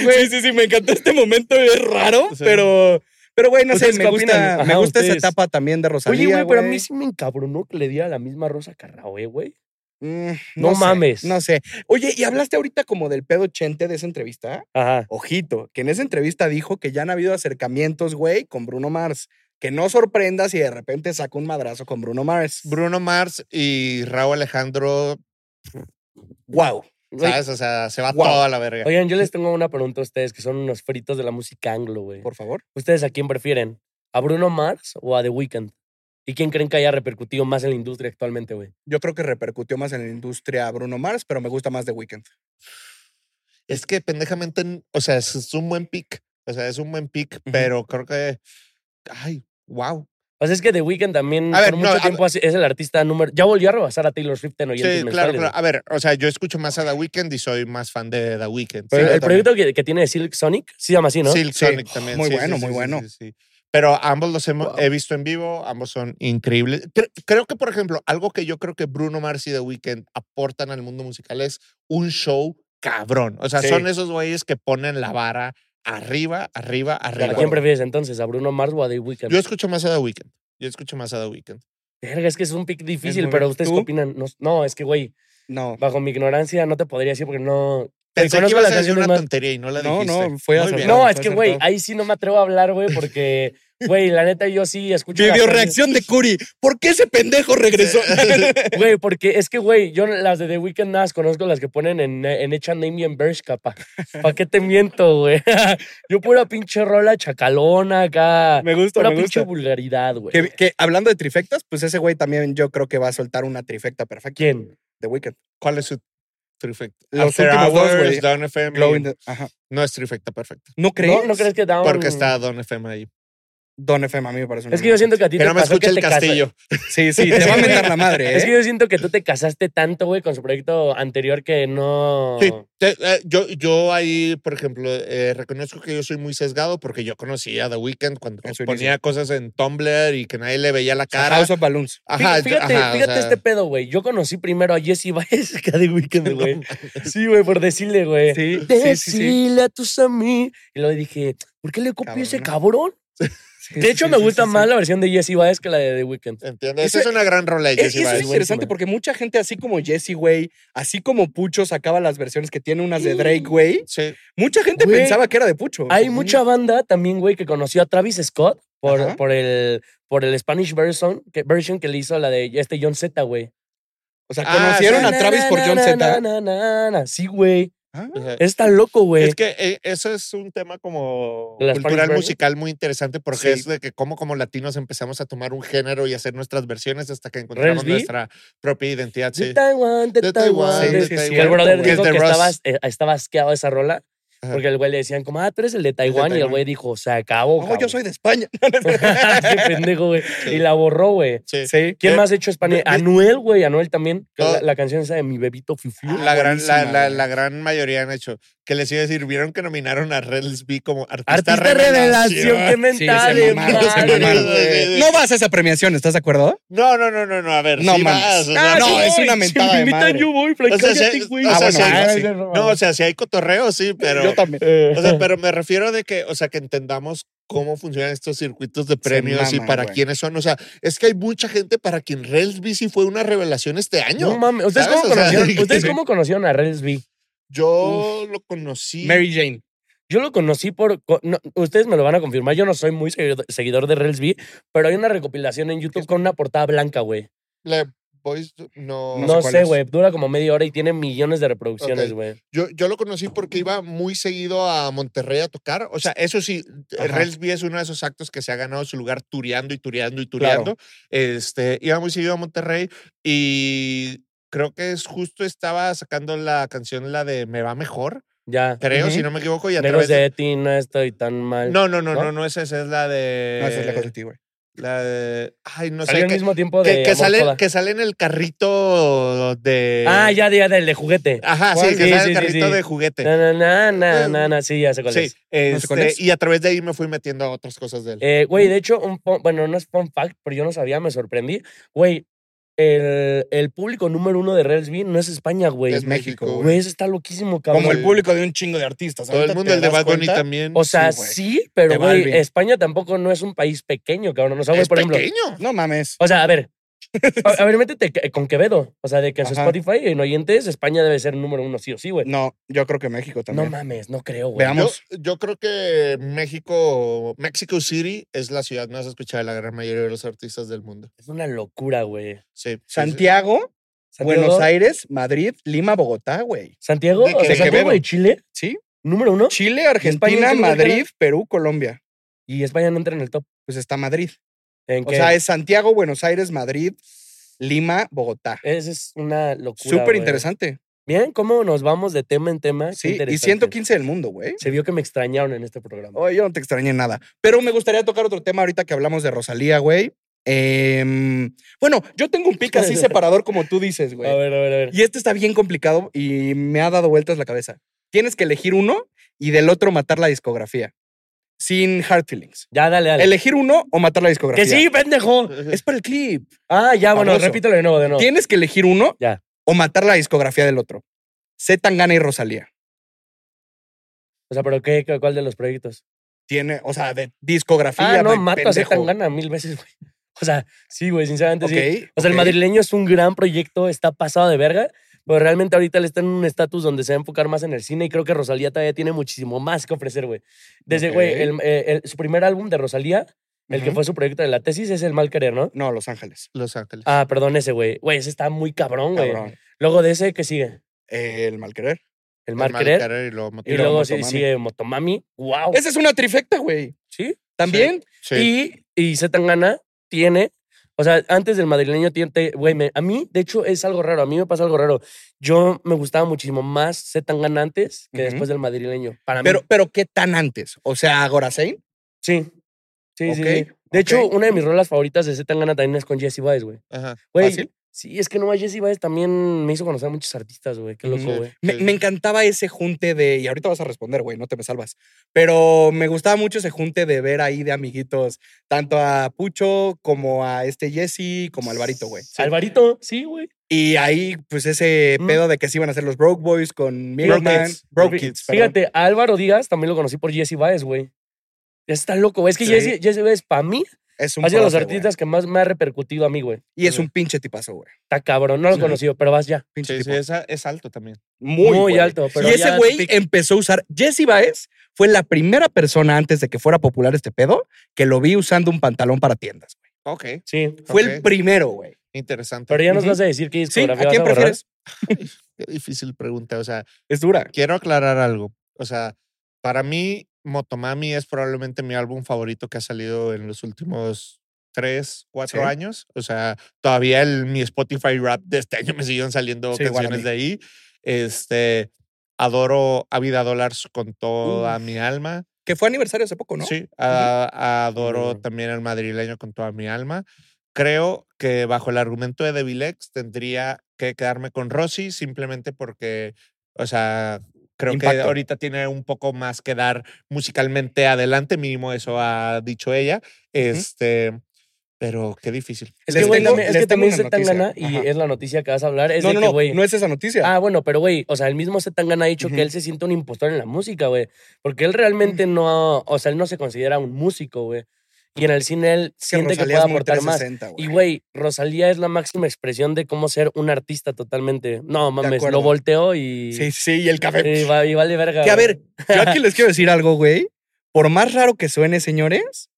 Güey.
sí, sí, sí, me encantó este momento, es raro,
Sí.
pero... Pero, güey, no sé,
¿Ustedes
me
qué
gusta,
opinan?
me
Ajá,
gusta esa
ustedes.
etapa también de Rosalía,
Oye, eh, güey, pero a mí sí me encabronó que le diera la misma rosa a Carraoe, güey.
Mm,
No
sé,
mames.
No sé. Oye, y hablaste ahorita como del pedo chente de esa entrevista.
Ajá.
Ojito, que en esa entrevista dijo que ya han habido acercamientos, güey, con Bruno Mars. Que no sorprendas si de repente saca un madrazo con Bruno Mars.
Bruno Mars y Raúl Alejandro,
wow.
Güey,
¿sabes? O sea, se va
Wow.
toda la verga.
Oigan, yo les tengo una pregunta a ustedes que son unos fritos de la música anglo, güey.
Por favor.
¿Ustedes a quién prefieren? ¿A Bruno Mars o a The Weeknd? ¿Y quién creen que haya repercutido más en la industria actualmente, güey?
Yo creo que repercutió más en la industria Bruno Mars, pero me gusta más The Weeknd.
Es que pendejamente, n- o sea, es, es un buen pick. O sea, es un buen pick,
Ujú.
pero creo que. Ay, wow.
O sea, es que The Weeknd también
A
por
ver, no,
mucho
a-
tiempo ha si- es el artista número... Ya volvió a rebasar a Taylor Swift en
Sí,
oyentes
claro,
mensuales,
claro.
güey.
A ver, o sea, yo escucho más a The Weeknd y soy más fan de The Weeknd.
Pero
Sí,
el
yo
proyecto que, que tiene Silk Sonic, sí se llama así, ¿no?
también. Silk
Sí,
Sonic también. sí,
muy
sí,
bueno,
sí,
muy
sí,
bueno.
sí, sí. Pero ambos los hemos,
Wow.
he visto en vivo, ambos son increíbles. Cre- creo que, por ejemplo, algo que yo creo que Bruno Mars y The Weeknd aportan al mundo musical es un show cabrón. O sea,
Sí.
son esos güeyes que ponen la vara arriba, arriba,
¿A
arriba.
quién prefieres entonces? ¿A Bruno Mars o a The Weeknd?
Yo escucho más a The Weeknd. Yo escucho más a The Weeknd.
Verga, es que es un pick difícil,
muy
pero
bien.
¿ustedes
¿Tú?
qué opinan? No, no, es que, güey,
No.
bajo mi ignorancia no te podría decir porque no...
Pensé que
conozco
ibas
las
a decir
canciones
una
más-
tontería y no la
No,
dijiste.
no, fue
Muy
acertado.
bien.
No,
fue
es que, güey,
acertado.
ahí sí no me atrevo a hablar, güey, porque, güey, la neta yo sí escucho... las
Video
canciones-
reacción de Curi. ¿Por qué ese pendejo regresó?
Güey, porque es que, güey, yo las de The Weeknd nada más conozco las que ponen en, en Echa Name y en Bersh, capa. ¿Para qué te miento, güey? yo pura pinche rola chacalona acá.
me gusta,
Pura
me
pinche
gusta.
vulgaridad, güey.
Que, que hablando de trifectas, pues ese güey también yo creo que va a soltar una trifecta perfecta.
¿Quién?
The Weeknd.
¿Cuál es su trifecta?
Los últimos dos, güey.
Don FM.
Glow in the- Ajá.
No es trifecta perfecta.
¿No crees?
¿No, ¿No crees que Down?
Porque está Don FM ahí.
Don FM a mí me parece una
Es que yo siento que a ti
Que
te
no me
pasó
escucha
que
el
te casa-
castillo.
Sí, sí, te va a mentar la madre, ¿eh?
Es que yo siento que tú te casaste tanto, güey, con su proyecto anterior que no.
Sí, te- eh, yo, yo ahí, por ejemplo, eh, reconozco que yo soy muy sesgado porque yo conocía The Weeknd cuando
En su
ponía cosas en Tumblr y que nadie le veía la cara.
House of Balloons.
Ajá,
Fí-
yo-
fíjate,
ajá, o
fíjate
sea,
este pedo, güey. Yo conocí primero a Jesse Baez cada weekend, güey. Sí, güey, por decirle, güey.
Sí,
Decile
sí, sí, sí.
a tus amigos. Y luego dije, ¿por qué le copio a ese cabrón?
Sí,
De hecho,
sí,
me
sí,
gusta
sí, sí.
más la versión de Jesse Baez que la de The Weeknd.
¿Entiendes? Esa
Ese-
es una gran rola de
Es,
Jessie
Eh, eso es
Baez.
interesante
buenísima.
porque mucha gente, así como Jesse, güey, así como Pucho sacaba las versiones que tiene unas de Drake, güey,
Sí.
mucha gente
Güey,
pensaba que era de Pucho.
Hay
Ujú.
mucha banda también, güey, que conoció a Travis Scott por,
Ajá.
por, el, por el Spanish version que, version que le hizo la de este John Z, güey.
O sea,
Ah,
conocieron
sí.
a Travis por John Z.
Z. Sí, güey.
o sea,
Es tan loco, güey.
Es que eh, eso es un tema como
¿De las Spanish
cultural
Versions?
musical muy interesante porque
Sí.
es de que cómo como latinos empezamos a tomar un género y hacer nuestras versiones hasta que encontramos
B?
nuestra propia identidad.
De
Sí.
Taiwán, de
De
Taiwán.
Taiwán,
de-
sí, sí,
Y el
cierto,
brother
güey.
dijo
Es de
que
Ross.
estaba, eh, estaba asqueado esa rola
Ajá.
porque el güey le decían como, ah, tú eres el de Taiwán. Y el
Taiwán.
güey dijo, se acabó,
No, yo
cabrón".
soy de España.
Qué pendejo, güey. Y la borró, güey.
Sí.
sí.
¿Quién
Eh,
más ha hecho español?
ve- ve-
Anuel, güey. Anuel también. que
No.
La, la canción esa de mi bebito Fifiu.
Ah,
La gran, la,
buenísima,
la-
güey.
la gran mayoría han hecho. Que les iba a decir, vieron que nominaron a Rels B como artista,
Artista revelación, qué mental,
se mamaron, se
madre,
mamaron.
güey.
No vas a esa premiación, ¿estás de acuerdo?
No, no, no, no, no, a ver.
No
sí
mames.
vas, o
Ah,
sea,
no,
sí
es
voy.
una mentada
Si me
de
invitan,
madre.
yo voy, Frank,
O sea,
cállate,
sí- ah,
güey.
o
sea, sí,
ay,
sí.
no,
No, o sea, si hay cotorreo, sí, pero.
Yo también.
eh.
O sea, pero me refiero de que, o sea, que entendamos cómo funcionan estos circuitos de premios y
maman,
para
güey.
quiénes son. O sea, es que hay mucha gente para quien Relsby sí fue una revelación este año.
No mames. ¿Ustedes,
¿Sabes?
cómo
O sea,
conocieron,
sí.
¿ustedes cómo conocieron a Rels B?
Yo lo conocí.
Mary Jane.
Yo lo conocí por. co- no, ustedes me lo van a confirmar. Yo no soy muy seguido- seguidor de Rels B, pero hay una recopilación en YouTube con una portada blanca, güey.
la Boys, no.
No
No,
sé cuál
sé,
es.
güey. Dura como media hora y tiene millones de reproducciones,
Ok.
güey.
Yo, yo lo conocí porque iba muy seguido a Monterrey a tocar. O sea, eso sí,
Ajá.
Relsby es uno de esos actos que se ha ganado su lugar tureando y tureando y tureando. Este, iba muy seguido a Monterrey y creo que es justo estaba sacando la canción, la de Me va mejor,
Ya.
creo,
Ujú.
si no me equivoco. Y a
Lejos
través
de ti no estoy tan mal.
No, no, no,
¿no?
no, no, esa, esa es la de.
No, esa es lejos de ti, güey.
La de. Ay, no
Salió
sé.
al
Que,
mismo tiempo de.
que, que
Amor
sale,
Toda.
que sale en el carrito de.
ah, ya, ya, del de juguete.
Ajá, sí,
¿Cuál?
que
Sí,
sale el
sí, sí,
carrito
sí.
de juguete.
Na, na, na, na, na, na. Sí, ya sé cuál
Sí,
es.
No sé cuál
este,
es.
y a través de ahí me fui metiendo a otras cosas de él.
Eh, Güey, de hecho, un fun- bueno, no es fun fact, pero yo no sabía, me sorprendí. Güey, el, el público número uno de Rels B no es España, güey.
Es
México,
México,
Güey, eso está loquísimo, cabrón.
Como el público de un chingo de artistas.
Todo el
Ahorita
mundo,
te
el de
das
Bad Bunny
cuenta.
también.
O sea,
Sí,
sí,
güey.
pero
De
güey,
Balvin.
España tampoco no es un país pequeño, cabrón. O sea, güey,
es
por ejemplo.
pequeño.
No mames.
O sea, a ver, A, a ver, métete que- con Quevedo. O sea, de que en su
Ajá.
Spotify en oyentes, España debe ser número uno, sí o sí, güey.
No, yo creo que México
No
también.
mames, no creo, güey.
Veamos.
Yo, yo creo que México, Mexico City es la ciudad más escuchada de la gran mayoría de los artistas del mundo.
Es una locura, güey.
Sí. sí, sí.
Santiago,
Santiago-
Buenos Aires, Madrid, Lima, Bogotá, güey.
Santiago,
De
o
que-
sea,
de
Santiago
Quevedo.
de Chile,
¿Sí?
número uno.
Chile,
España
Argentina,
siempre
Madrid,
entra.
Perú, Colombia.
Y España no entra en el top.
Pues está Madrid.
¿En
O
qué?
sea, es Santiago, Buenos Aires, Madrid, Lima, Bogotá.
Esa es una locura.
Súper
güey.
interesante.
Bien, cómo nos vamos de tema en tema. Qué
Sí, y
interesante.
115 del mundo, güey.
Se vio que me extrañaron en este programa.
Oye, yo no te extrañé nada. Pero me gustaría tocar otro tema ahorita que hablamos de Rosalía, güey. Em, bueno, yo tengo un pic así separador como tú dices,
a
güey.
ver, a ver, a ver.
Y este está bien complicado y me ha dado vueltas la cabeza. Tienes que elegir uno y del otro matar la discografía. Sin hard feelings.
Ya, dale, dale.
Elegir uno o matar la discografía.
Que sí, pendejo.
Es para el clip.
Ah, ya, bueno,
Famoso.
repítelo de nuevo, de nuevo.
Tienes que elegir uno
Ya.
o matar la discografía del otro. C. Tangana y Rosalía.
O sea, pero qué, ¿cuál de los proyectos?
Tiene, o sea, de discografía.
Ah, no,
güey,
mato a
pendejo.
Zetangana mil veces, güey. O sea, sí, güey, sinceramente
Ok,
sí. O sea, el
ok.
madrileño es un gran proyecto, está pasado de verga, pero realmente ahorita le está en un estatus donde se va a enfocar más en el cine y creo que Rosalía todavía tiene muchísimo más que ofrecer, güey. Desde,
Ok.
güey, el- eh, el- su primer álbum de Rosalía, el que
Ujú.
fue su proyecto de la tesis, es El Mal Querer, ¿no?
No, Los Ángeles.
Los Ángeles.
Ah, perdón, ese, güey. Güey, ese está muy cabrón, güey.
Cabrón.
Luego de ese, ¿qué sigue?
El mal querer.
El
El
Mal
Mal
Querer.
Querer y luego Motel.
Y
y luego
luego sí,
Motomami.
sigue Motomami. ¡Wow!
Esa es una trifecta, güey.
Sí.
También.
Sí.
Y, y Zetangana tiene. O sea, antes del madrileño tiene. Güey, me- a mí, de hecho, es algo raro. A mí me pasa algo raro. Yo me gustaba muchísimo más Zetangana antes que
Ujú.
después del madrileño. Para
Pero,
mí.
pero, ¿qué tan antes? O sea, Gorasein.
Sí. Sí, sí,
Ok,
sí. De hecho,
ok.
una de mis rolas favoritas de Zetangana también es con Jesse Baez, güey.
Ajá.
Güey.
¿Fácil?
Sí, es que no Jesse Baez también me hizo conocer a muchos artistas, güey. Qué loco,
Ujú.
güey.
Me,
Sí.
me encantaba ese junte de. Y ahorita vas a responder, güey, no te me salvas. Pero me gustaba mucho ese junte de ver ahí de amiguitos, tanto a Pucho como a este Jesse, como a Alvarito, güey.
Alvarito, sí, güey.
Y ahí, pues ese
Mm.
pedo de que se iban a hacer los Broke Boys con Miracle Man.
Kids.
Broke
Fí-
Kids, perdón.
Fíjate, a Álvaro Díaz también lo conocí por Jesse Baez, güey. Está loco, güey. Es que
Sí.
Jesse, Jesse Baez, para mí,
Es un
ha sido de los
profe, güey.
artistas que más me ha repercutido a mí, güey.
Y es un pinche tipazo, güey.
Está cabrón, no lo he
Sí.
conocido, pero vas ya.
Pinche
Sí, sí,
tipo.
es, a- es alto también.
Muy,
güey.
alto. Pero
y
ya
ese
tu
güey
pick-
empezó a usar. Jesse Baez fue la primera persona antes de que fuera popular este pedo que lo vi usando un pantalón para tiendas. güey.
Ok,
Sí.
Fue el
Ok.
primero, güey.
interesante.
Pero ya nos
Ujú.
vas a decir qué
Sí, ¿a
discografía vas
quién
borrar.
prefieres?
Qué difícil pregunta. O sea,
Es dura.
quiero aclarar algo. O sea, para mí, Motomami es probablemente mi álbum favorito que ha salido en los últimos tres, cuatro
Sí.
años. O sea, todavía el, mi Spotify rap de este año me siguen saliendo
Sí, igual a
canciones
mí.
de ahí. Este, adoro a Vida Dollars con toda mi alma.
Que fue aniversario hace poco, ¿no?
Sí, a- a- adoro
Ujú.
también al madrileño con toda mi alma. Creo que bajo el argumento de Devilex tendría que quedarme con Rossi simplemente porque, o sea, creo que
Impacto.
ahorita tiene un poco más que dar musicalmente adelante, mínimo eso ha dicho ella. Este, pero qué difícil.
Es
Les
que, güey,
tengo-
también- es
les
que
tengo
también
una
Zetangana,
noticia.
y
Ajá.
es la noticia que vas a hablar, es
no,
de
no,
que,
no.
güey.
No es esa noticia.
Ah, bueno, pero güey, o sea, el mismo Zetangana ha dicho
Ujú.
que él se siente un impostor en la música, güey. Porque él realmente no, o sea, él no se considera un músico, güey. Y en el cine él
Es
siente que
Rosalía
puede
es muy
aportar más.
360, güey.
Y güey, Rosalía es la máxima expresión de cómo ser un artista totalmente. No mames,
acuerdo.
lo volteo y.
Sí, sí, y el café.
y va- y vale verga.
Que a
güey,
ver, yo aquí les quiero decir algo, güey. Por más raro que suene, señores,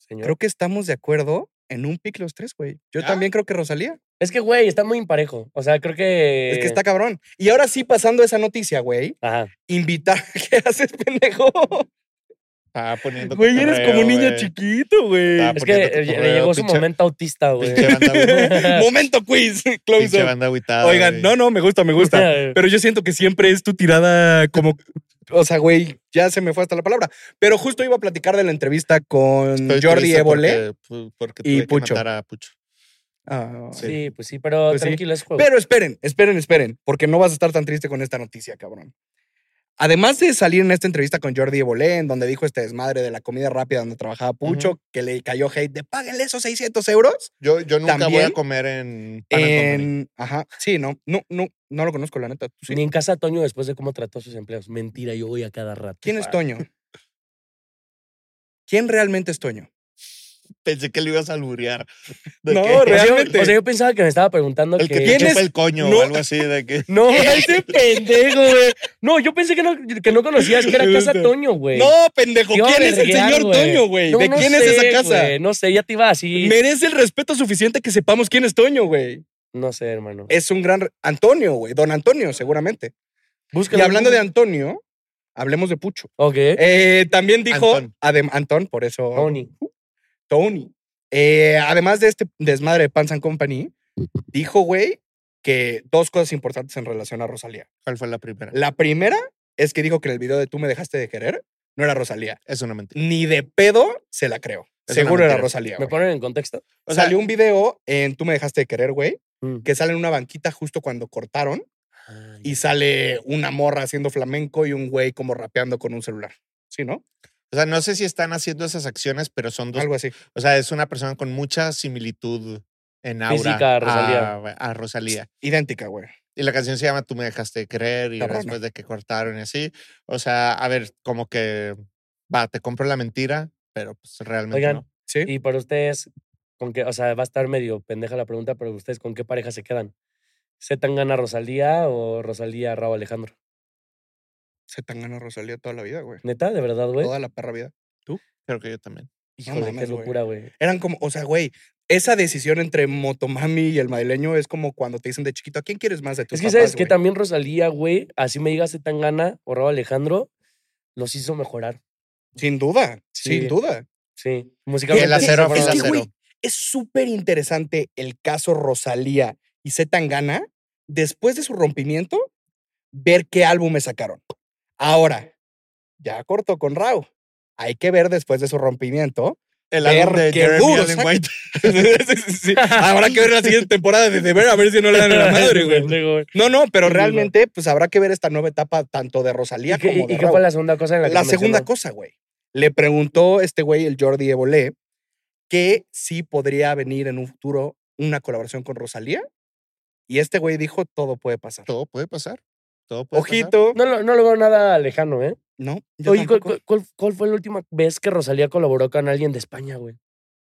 señor.
creo que estamos de acuerdo en un pick los tres, güey. Yo
¿Ah?
también creo que Rosalía.
Es que, güey, está muy imparejo. O sea, creo que.
Es
eh.
que está cabrón. Y ahora sí, pasando esa noticia, güey.
Ajá.
Invitar. ¿Qué haces, pendejo?
Está poniendo
Güey, eres como un niño
cotorreo, güey.
chiquito, güey.
Ah,
Es que
poniendo tu
eh, le
correo,
llegó su
pinche-
momento autista, güey.
Pinche banda,
Momento quiz.
pinche
Close up.
banda agüitada,
Oigan,
güey.
no, no, me gusta, me gusta. Pero yo siento que siempre es tu tirada como. O sea, güey, ya se me fue hasta la palabra. Pero justo iba a platicar de la entrevista con
Estoy
Jordi
triste
Évole.
Porque, porque
y
tuve que
Pucho.
matar a Pucho.
Ah,
Sí, pues sí, pero
Pues sí.
tranquilo, es juego.
Pero esperen, esperen, esperen, porque no vas a estar tan triste con esta noticia, cabrón. Además de salir en esta entrevista con Jordi Evolé, en donde dijo este desmadre de la comida rápida donde trabajaba Pucho, que le cayó hate de páguenle esos 600 euros.
Yo, yo nunca voy
También
a comer en Pan and Company.
En, ajá, sí, no, no, no, no lo conozco, la neta. Tú sí.
Ni en casa Toño después de cómo trató a sus empleados. Mentira, yo voy a cada rato. Ah.
¿Quién es
pa.
Toño? ¿Quién realmente es Toño?
Pensé que lo ibas a alburear. De
No,
que-
O sea, yo-
Realmente.
O sea, yo pensaba que me estaba preguntando
El
que...
que te
¿Quién es?
chupa el coño
No.
o algo así de que...
No, ese pendejo, güey. No, yo pensé que no, que no conocías que era Casa Toño, güey.
No, pendejo,
Te iba a
¿quién es el
verguear,
señor
güey.
Toño, güey?
No,
¿De
no
quién
sé,
es esa casa?
güey, no sé, ya te iba así.
Merece el respeto suficiente que sepamos quién es Toño, güey.
No sé, hermano.
Es un gran... re- Antonio, güey. Don Antonio, seguramente.
Búscalo.
Y hablando de Antonio, hablemos de Pucho.
Ok.
Eh, también dijo...
Antón.
adem- Antón, por eso...
Tony.
Tony. Eh, además de este desmadre de Pants and Company, dijo, güey, que dos cosas importantes en relación a Rosalía.
¿Cuál fue la primera?
La primera es que dijo que en el video de Tú me dejaste de querer no era Rosalía.
Es una mentira.
Ni de pedo se la creo.
Es una
Seguro era
mentira.
Rosalía.
¿Me
güey.
ponen en contexto?
O sea,
Salió un video en Tú me dejaste de querer, güey,
Mm.
que sale en una banquita justo cuando cortaron
ah,
y sale una morra haciendo flamenco y un güey como rapeando con un celular. ¿Sí, no?
o sea, no sé si están haciendo esas acciones, pero son dos.
Algo así.
O sea, es una persona con mucha similitud en aura
Física a Rosalía.
a- a Rosalía.
Idéntica, güey.
Y la canción se llama Tú me dejaste de querer y
Cabrona.
después de que cortaron y así. O sea, a ver, como que va, te compro la mentira, pero pues realmente
Oigan,
no.
Sí.
Y para ustedes, ¿con qué? O sea, va a estar medio pendeja la pregunta, pero ustedes, ¿con qué pareja se quedan? ¿Se tan gana Rosalía o Rosalía Raúl Alejandro?
Se tan gana Rosalía toda la vida, güey.
Neta, de verdad, güey.
Toda la perra vida.
Creo que yo también.
Híjole, qué
mames, güey.
locura, güey.
Eran como, o sea, güey, esa decisión entre Motomami y el madrileño es como cuando te dicen de chiquito, ¿a quién quieres más de tus
Es que
papás,
sabes que
güey?"
también Rosalía, güey, así me digas tan gana o Raúl Alejandro, los hizo mejorar.
Sin duda,
Sí.
sin duda.
Sí. Musicalmente.
el acero
se fueron
fue el
es
a-
que,
acero.
güey, es súper interesante el caso Rosalía y C. Tangana después de su rompimiento, ver qué álbumes sacaron. Ahora, ya cortó con Rao. Hay que ver después de su rompimiento.
El
Ver
álbum de
qué
Jeremy
duro,
Allen
saca.
White.
Sí, sí, sí. Habrá que ver la siguiente temporada de The Bear, a ver si no le dan a la madre, güey.
Pendejo, güey.
No, no, pero
Sí, sí, no.
realmente pues habrá que ver esta nueva etapa tanto de Rosalía
¿Y qué,
como
y
de
qué
Raúl.
fue la segunda cosa en la
La,
que te
segunda
mencionó?
cosa, güey. Le preguntó este güey, el Jordi Evolé, que si podría venir en un futuro una colaboración con Rosalía. Y este güey dijo, todo puede pasar.
Todo puede pasar. Todo puede pasar.
Ojito.
No, lo- no lo veo nada lejano, ¿eh?
No, yo
Oye, ¿cuál,
tampoco.
cuál- cuál- cuál fue la última vez que Rosalía colaboró con alguien de España, güey?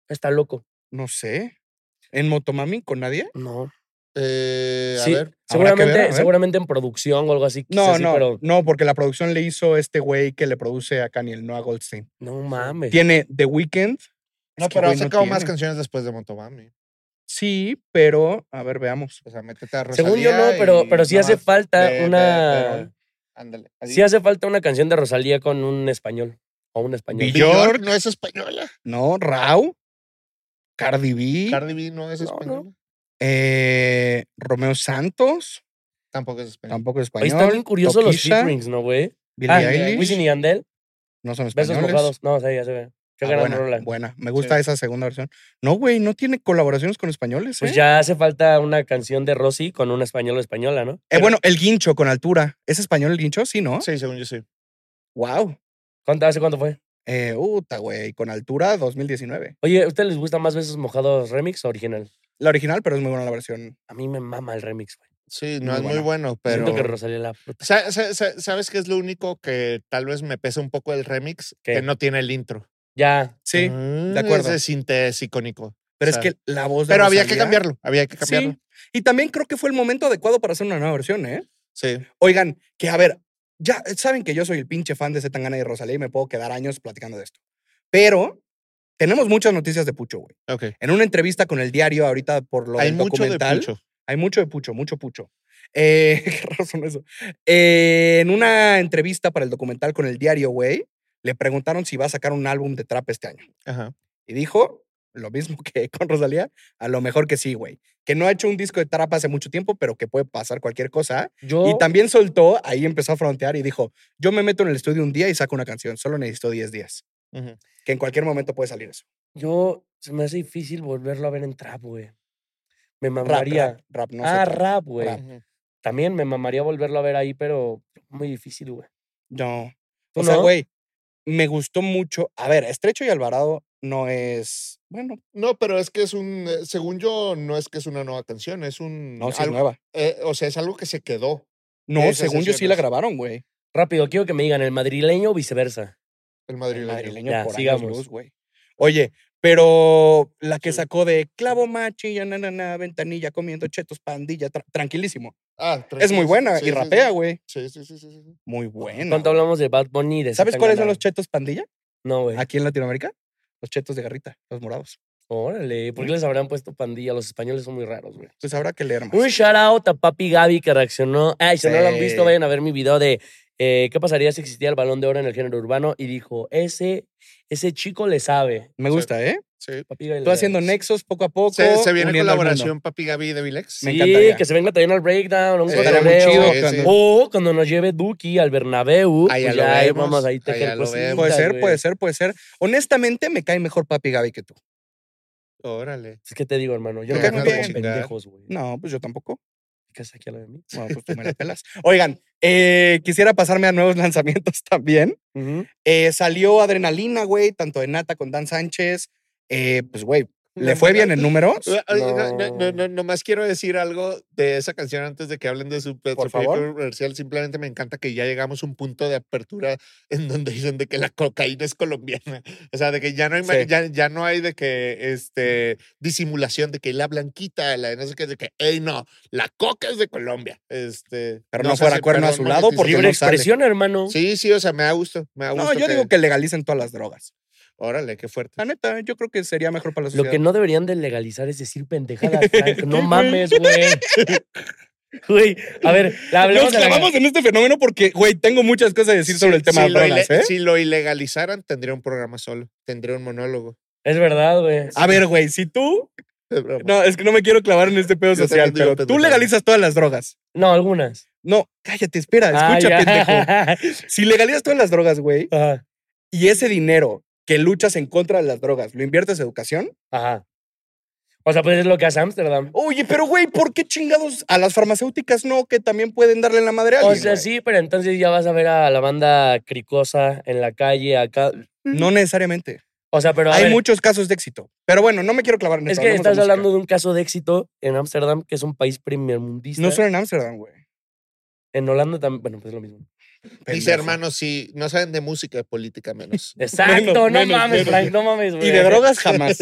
Está loco.
no sé. ¿En Motomami con nadie?
No.
Eh, a
Sí,
ver.
habrá que ver,
seguramente,
a ver.
seguramente en producción o algo así. quizás
No,
sí,
no,
pero
no, porque la producción le hizo este güey que le produce a Kanye, el Noah Goldstein.
no mames.
Tiene The Weeknd.
No,
Es que,
pero ha
güey, no
sacado más
tiene.
canciones después de Motomami.
Sí, pero, a ver, veamos.
O sea, métete a Rosalía
Según yo no, pero,
y
pero sí
nada
hace
más
falta
de- de
una.
Perón. Ándale.
Sí hace falta una canción de Rosalía con un español. O un español.
Bill-
Bjork no es española.
No, Rau, Cardi B,
Cardi B no es
No, no.
española.
eh, Romeo Santos,
Tampoco es española.
tampoco es
Oye,
español.
están bien curiosos los
Tokisha,
featurings, ¿no, güey?
Billie
Ah,
Eilish,
Wisin y Yandel.
no son españoles.
Besos mojados. No, o sea, ya se ve. Qué
Ah,
gran
buena,
rola.
buena. Me gusta
Sí.
esa segunda versión. No, güey, no tiene colaboraciones con españoles.
Pues
¿eh?
ya hace falta una canción de Rosy con un español o española, ¿no?
Eh, bueno, el guincho con altura. ¿Es español el guincho? Sí, ¿no?
Sí, según yo sí.
Wow.
¿Cuánto, ¿Hace cuánto fue?
Eh, uta, güey, con altura 2019.
Oye, ¿a ustedes les gusta más Besos Mojados remix o original?
La original, pero es muy buena la versión.
A mí me mama el remix, güey.
Sí, no
Muy
es muy
buena.
bueno, pero.
Siento que Rosalía la puta.
Sa- sa- sa- ¿Sabes qué es lo único que tal vez me pesa un poco el remix?
¿Qué?
Que no tiene el intro. Mm,
Ya.
Sí,
de
acuerdo.
Ese sinte es icónico.
pero es
o sea,
que la voz de
Pero había que
Rosalía-
cambiarlo, había que
Sí.
cambiarlo.
Y también creo que fue el momento adecuado para hacer una nueva versión, ¿eh?
Sí.
Oigan, que a ver, ya eh, saben que yo soy el pinche fan de Zetangana y Rosalía y me puedo quedar años platicando de esto. Pero tenemos muchas noticias de Pucho, güey.
ok.
En una entrevista con el diario ahorita por lo
Hay
del
mucho de
documental.
Pucho.
Hay mucho de Pucho, mucho Pucho. Eh, qué raros son eso. Eh, en una entrevista para el documental con el diario, güey, le preguntaron si va a sacar un álbum de trap este año.
Ajá.
Y dijo lo mismo que con Rosalía, a lo mejor que sí, güey. Que no ha hecho un disco de trap hace mucho tiempo, pero que puede pasar cualquier cosa.
Yo.
Y también soltó, ahí empezó a frontear y dijo, yo me meto en el estudio un día y saco una canción, solo necesito 10 días.
ujú.
Que en cualquier momento puede salir eso.
Yo se me hace difícil volverlo a ver en trap, güey. Me
Rap,
mamaría.
rap, rap, no sé
ah,
trap.
rap, güey.
Rap.
Ujú.
También me mamaría volverlo a ver ahí, pero muy difícil, güey.
No.
¿Tú
O sea,
no?
güey, me gustó mucho. A ver, Estrecho y Alvarado no es, bueno,
No, pero es que es un, eh, según yo, no es que es una nueva canción, es un...
no, sí es
algo-
nueva.
eh, o sea, es algo que se quedó.
No,
esas
según yo sí la
sesiones.
grabaron, güey.
Rápido, quiero que me digan, ¿el madrileño o viceversa?
El
El
madrileño.
madrileño
Ya,
por años
sigamos.
luz, güey. Oye, Pero la que
Sí.
sacó de clavo machilla, na, na, na, ventanilla, comiendo chetos, pandilla, tra- tranquilísimo.
Ah,
Es muy buena
sí,
y
sí,
rapea, güey.
Sí, sí, sí, sí, sí, sí.
Muy buena.
¿Cuánto
güey.
hablamos de Bad Bunny? y de
¿Sabes
Zetangana,
cuáles son
güey?
los chetos pandilla
No, güey.
aquí en Latinoamérica? Los chetos de garrita, los morados.
Órale, ¿por qué les habrán puesto pandilla? Los españoles son muy raros, güey.
Entonces habrá que leer más.
Un shout out a Papi Gaby que reaccionó. Ay, si no lo han visto,
Sí.
vayan a ver mi video de eh, qué pasaría si existía el balón de oro en el género urbano. Y dijo, ese, ese chico le sabe.
Me gusta, ¿eh?
Sí.
Papi Gaby le
Tú
sabe.
haciendo nexos poco a poco.
Se, se viene
uniendo al mundo.
colaboración Papi Gaby de Eh, Vilex.
Me
Sí,
encantaría.
que se venga también al breakdown, a un
Sí,
Estaría muy
cotorreo.
chido.
Sí,
cuando-
sí.
O cuando nos lleve Duki al Bernabéu,
Allá
pues
lo
ya ahí
vemos,
vamos ahí tejer
allá lo
cositas,
vemos.
Puede ser,
güey.
puede ser, puede ser. Honestamente, me cae mejor Papi Gaby que tú.
Órale.
Es que te digo, hermano, yo
Me
no
cae
me
muy
junto con
bien.
pendejos, güey.
No, pues yo tampoco.
¿Qué haces aquí a la de mí?
Bueno, pues tú me la pelas. Oigan, eh, quisiera pasarme a nuevos lanzamientos también. Eh, salió Adrenalina, güey, tanto de Nata con Dan Sánchez. Eh, pues, güey, le fue bien en números.
Eh, eh, No,
No.
no, no, no, nomás quiero decir algo de esa canción antes de que hablen de su, de
Por
su proyecto
favor.
comercial. Simplemente me encanta que ya llegamos a un punto de apertura en donde dicen de que la cocaína es colombiana. O sea, de que ya no hay, ma-
Sí.
ya, ya no hay de que este, disimulación de que la blanquita, la de no sé qué, de que, hey, no, la coca es de Colombia. Este,
Pero no
sé
fuera cuerno a
perdón,
su lado,
monetización.
porque
Libre
no
expresión, hermano.
Sí, sí, o sea, me da gusto. Me da gusto
No, yo
que-
digo que legalicen todas las drogas.
Órale, qué fuerte.
La neta, yo creo que sería mejor para la
Lo
sociedad.
que no deberían de legalizar es decir pendejadas, Frank. No mames, güey. Güey, a ver, la hablemos
Nos
de la-
clavamos en este fenómeno porque, güey, tengo muchas cosas a decir sobre el tema de
lo
drogas,
ile-
¿eh?
si lo ilegalizaran, tendría un programa solo. Tendría un monólogo.
Es verdad, güey.
A ver, güey, si tú.
Es broma.
No, es que no me quiero clavar en este pedo
Yo
social,
también digo
pero tú
pendejada.
legalizas todas las drogas.
No, algunas.
No, cállate, espera,
Ah,
escucha, pendejo. Si legalizas todas las drogas, güey,
pendejo. Ajá.
y ese dinero que luchas en contra de las drogas lo inviertes en educación.
Ajá. O sea, pues es lo que hace Ámsterdam.
Oye, pero güey, ¿por qué chingados a las farmacéuticas no que también pueden darle la madre a alguien?
O sea,
güey?
sí, pero entonces ya vas a ver a la banda cricosa en la calle acá.
No necesariamente.
O sea, pero a
Hay
ver,
muchos casos de éxito. Pero bueno, no me quiero clavar en
es
esto.
que
hablemos de
estás
música.
hablando de un caso de éxito en Ámsterdam, que es un país primermundista.
No solo en Ámsterdam, güey.
En Holanda también, bueno, pues es lo mismo.
Dice
Pendejo.
hermanos, si no saben de música, de política menos.
Exacto,
Menos,
no
menos,
mames,
menos.
Frank, no mames, güey.
Y de drogas jamás.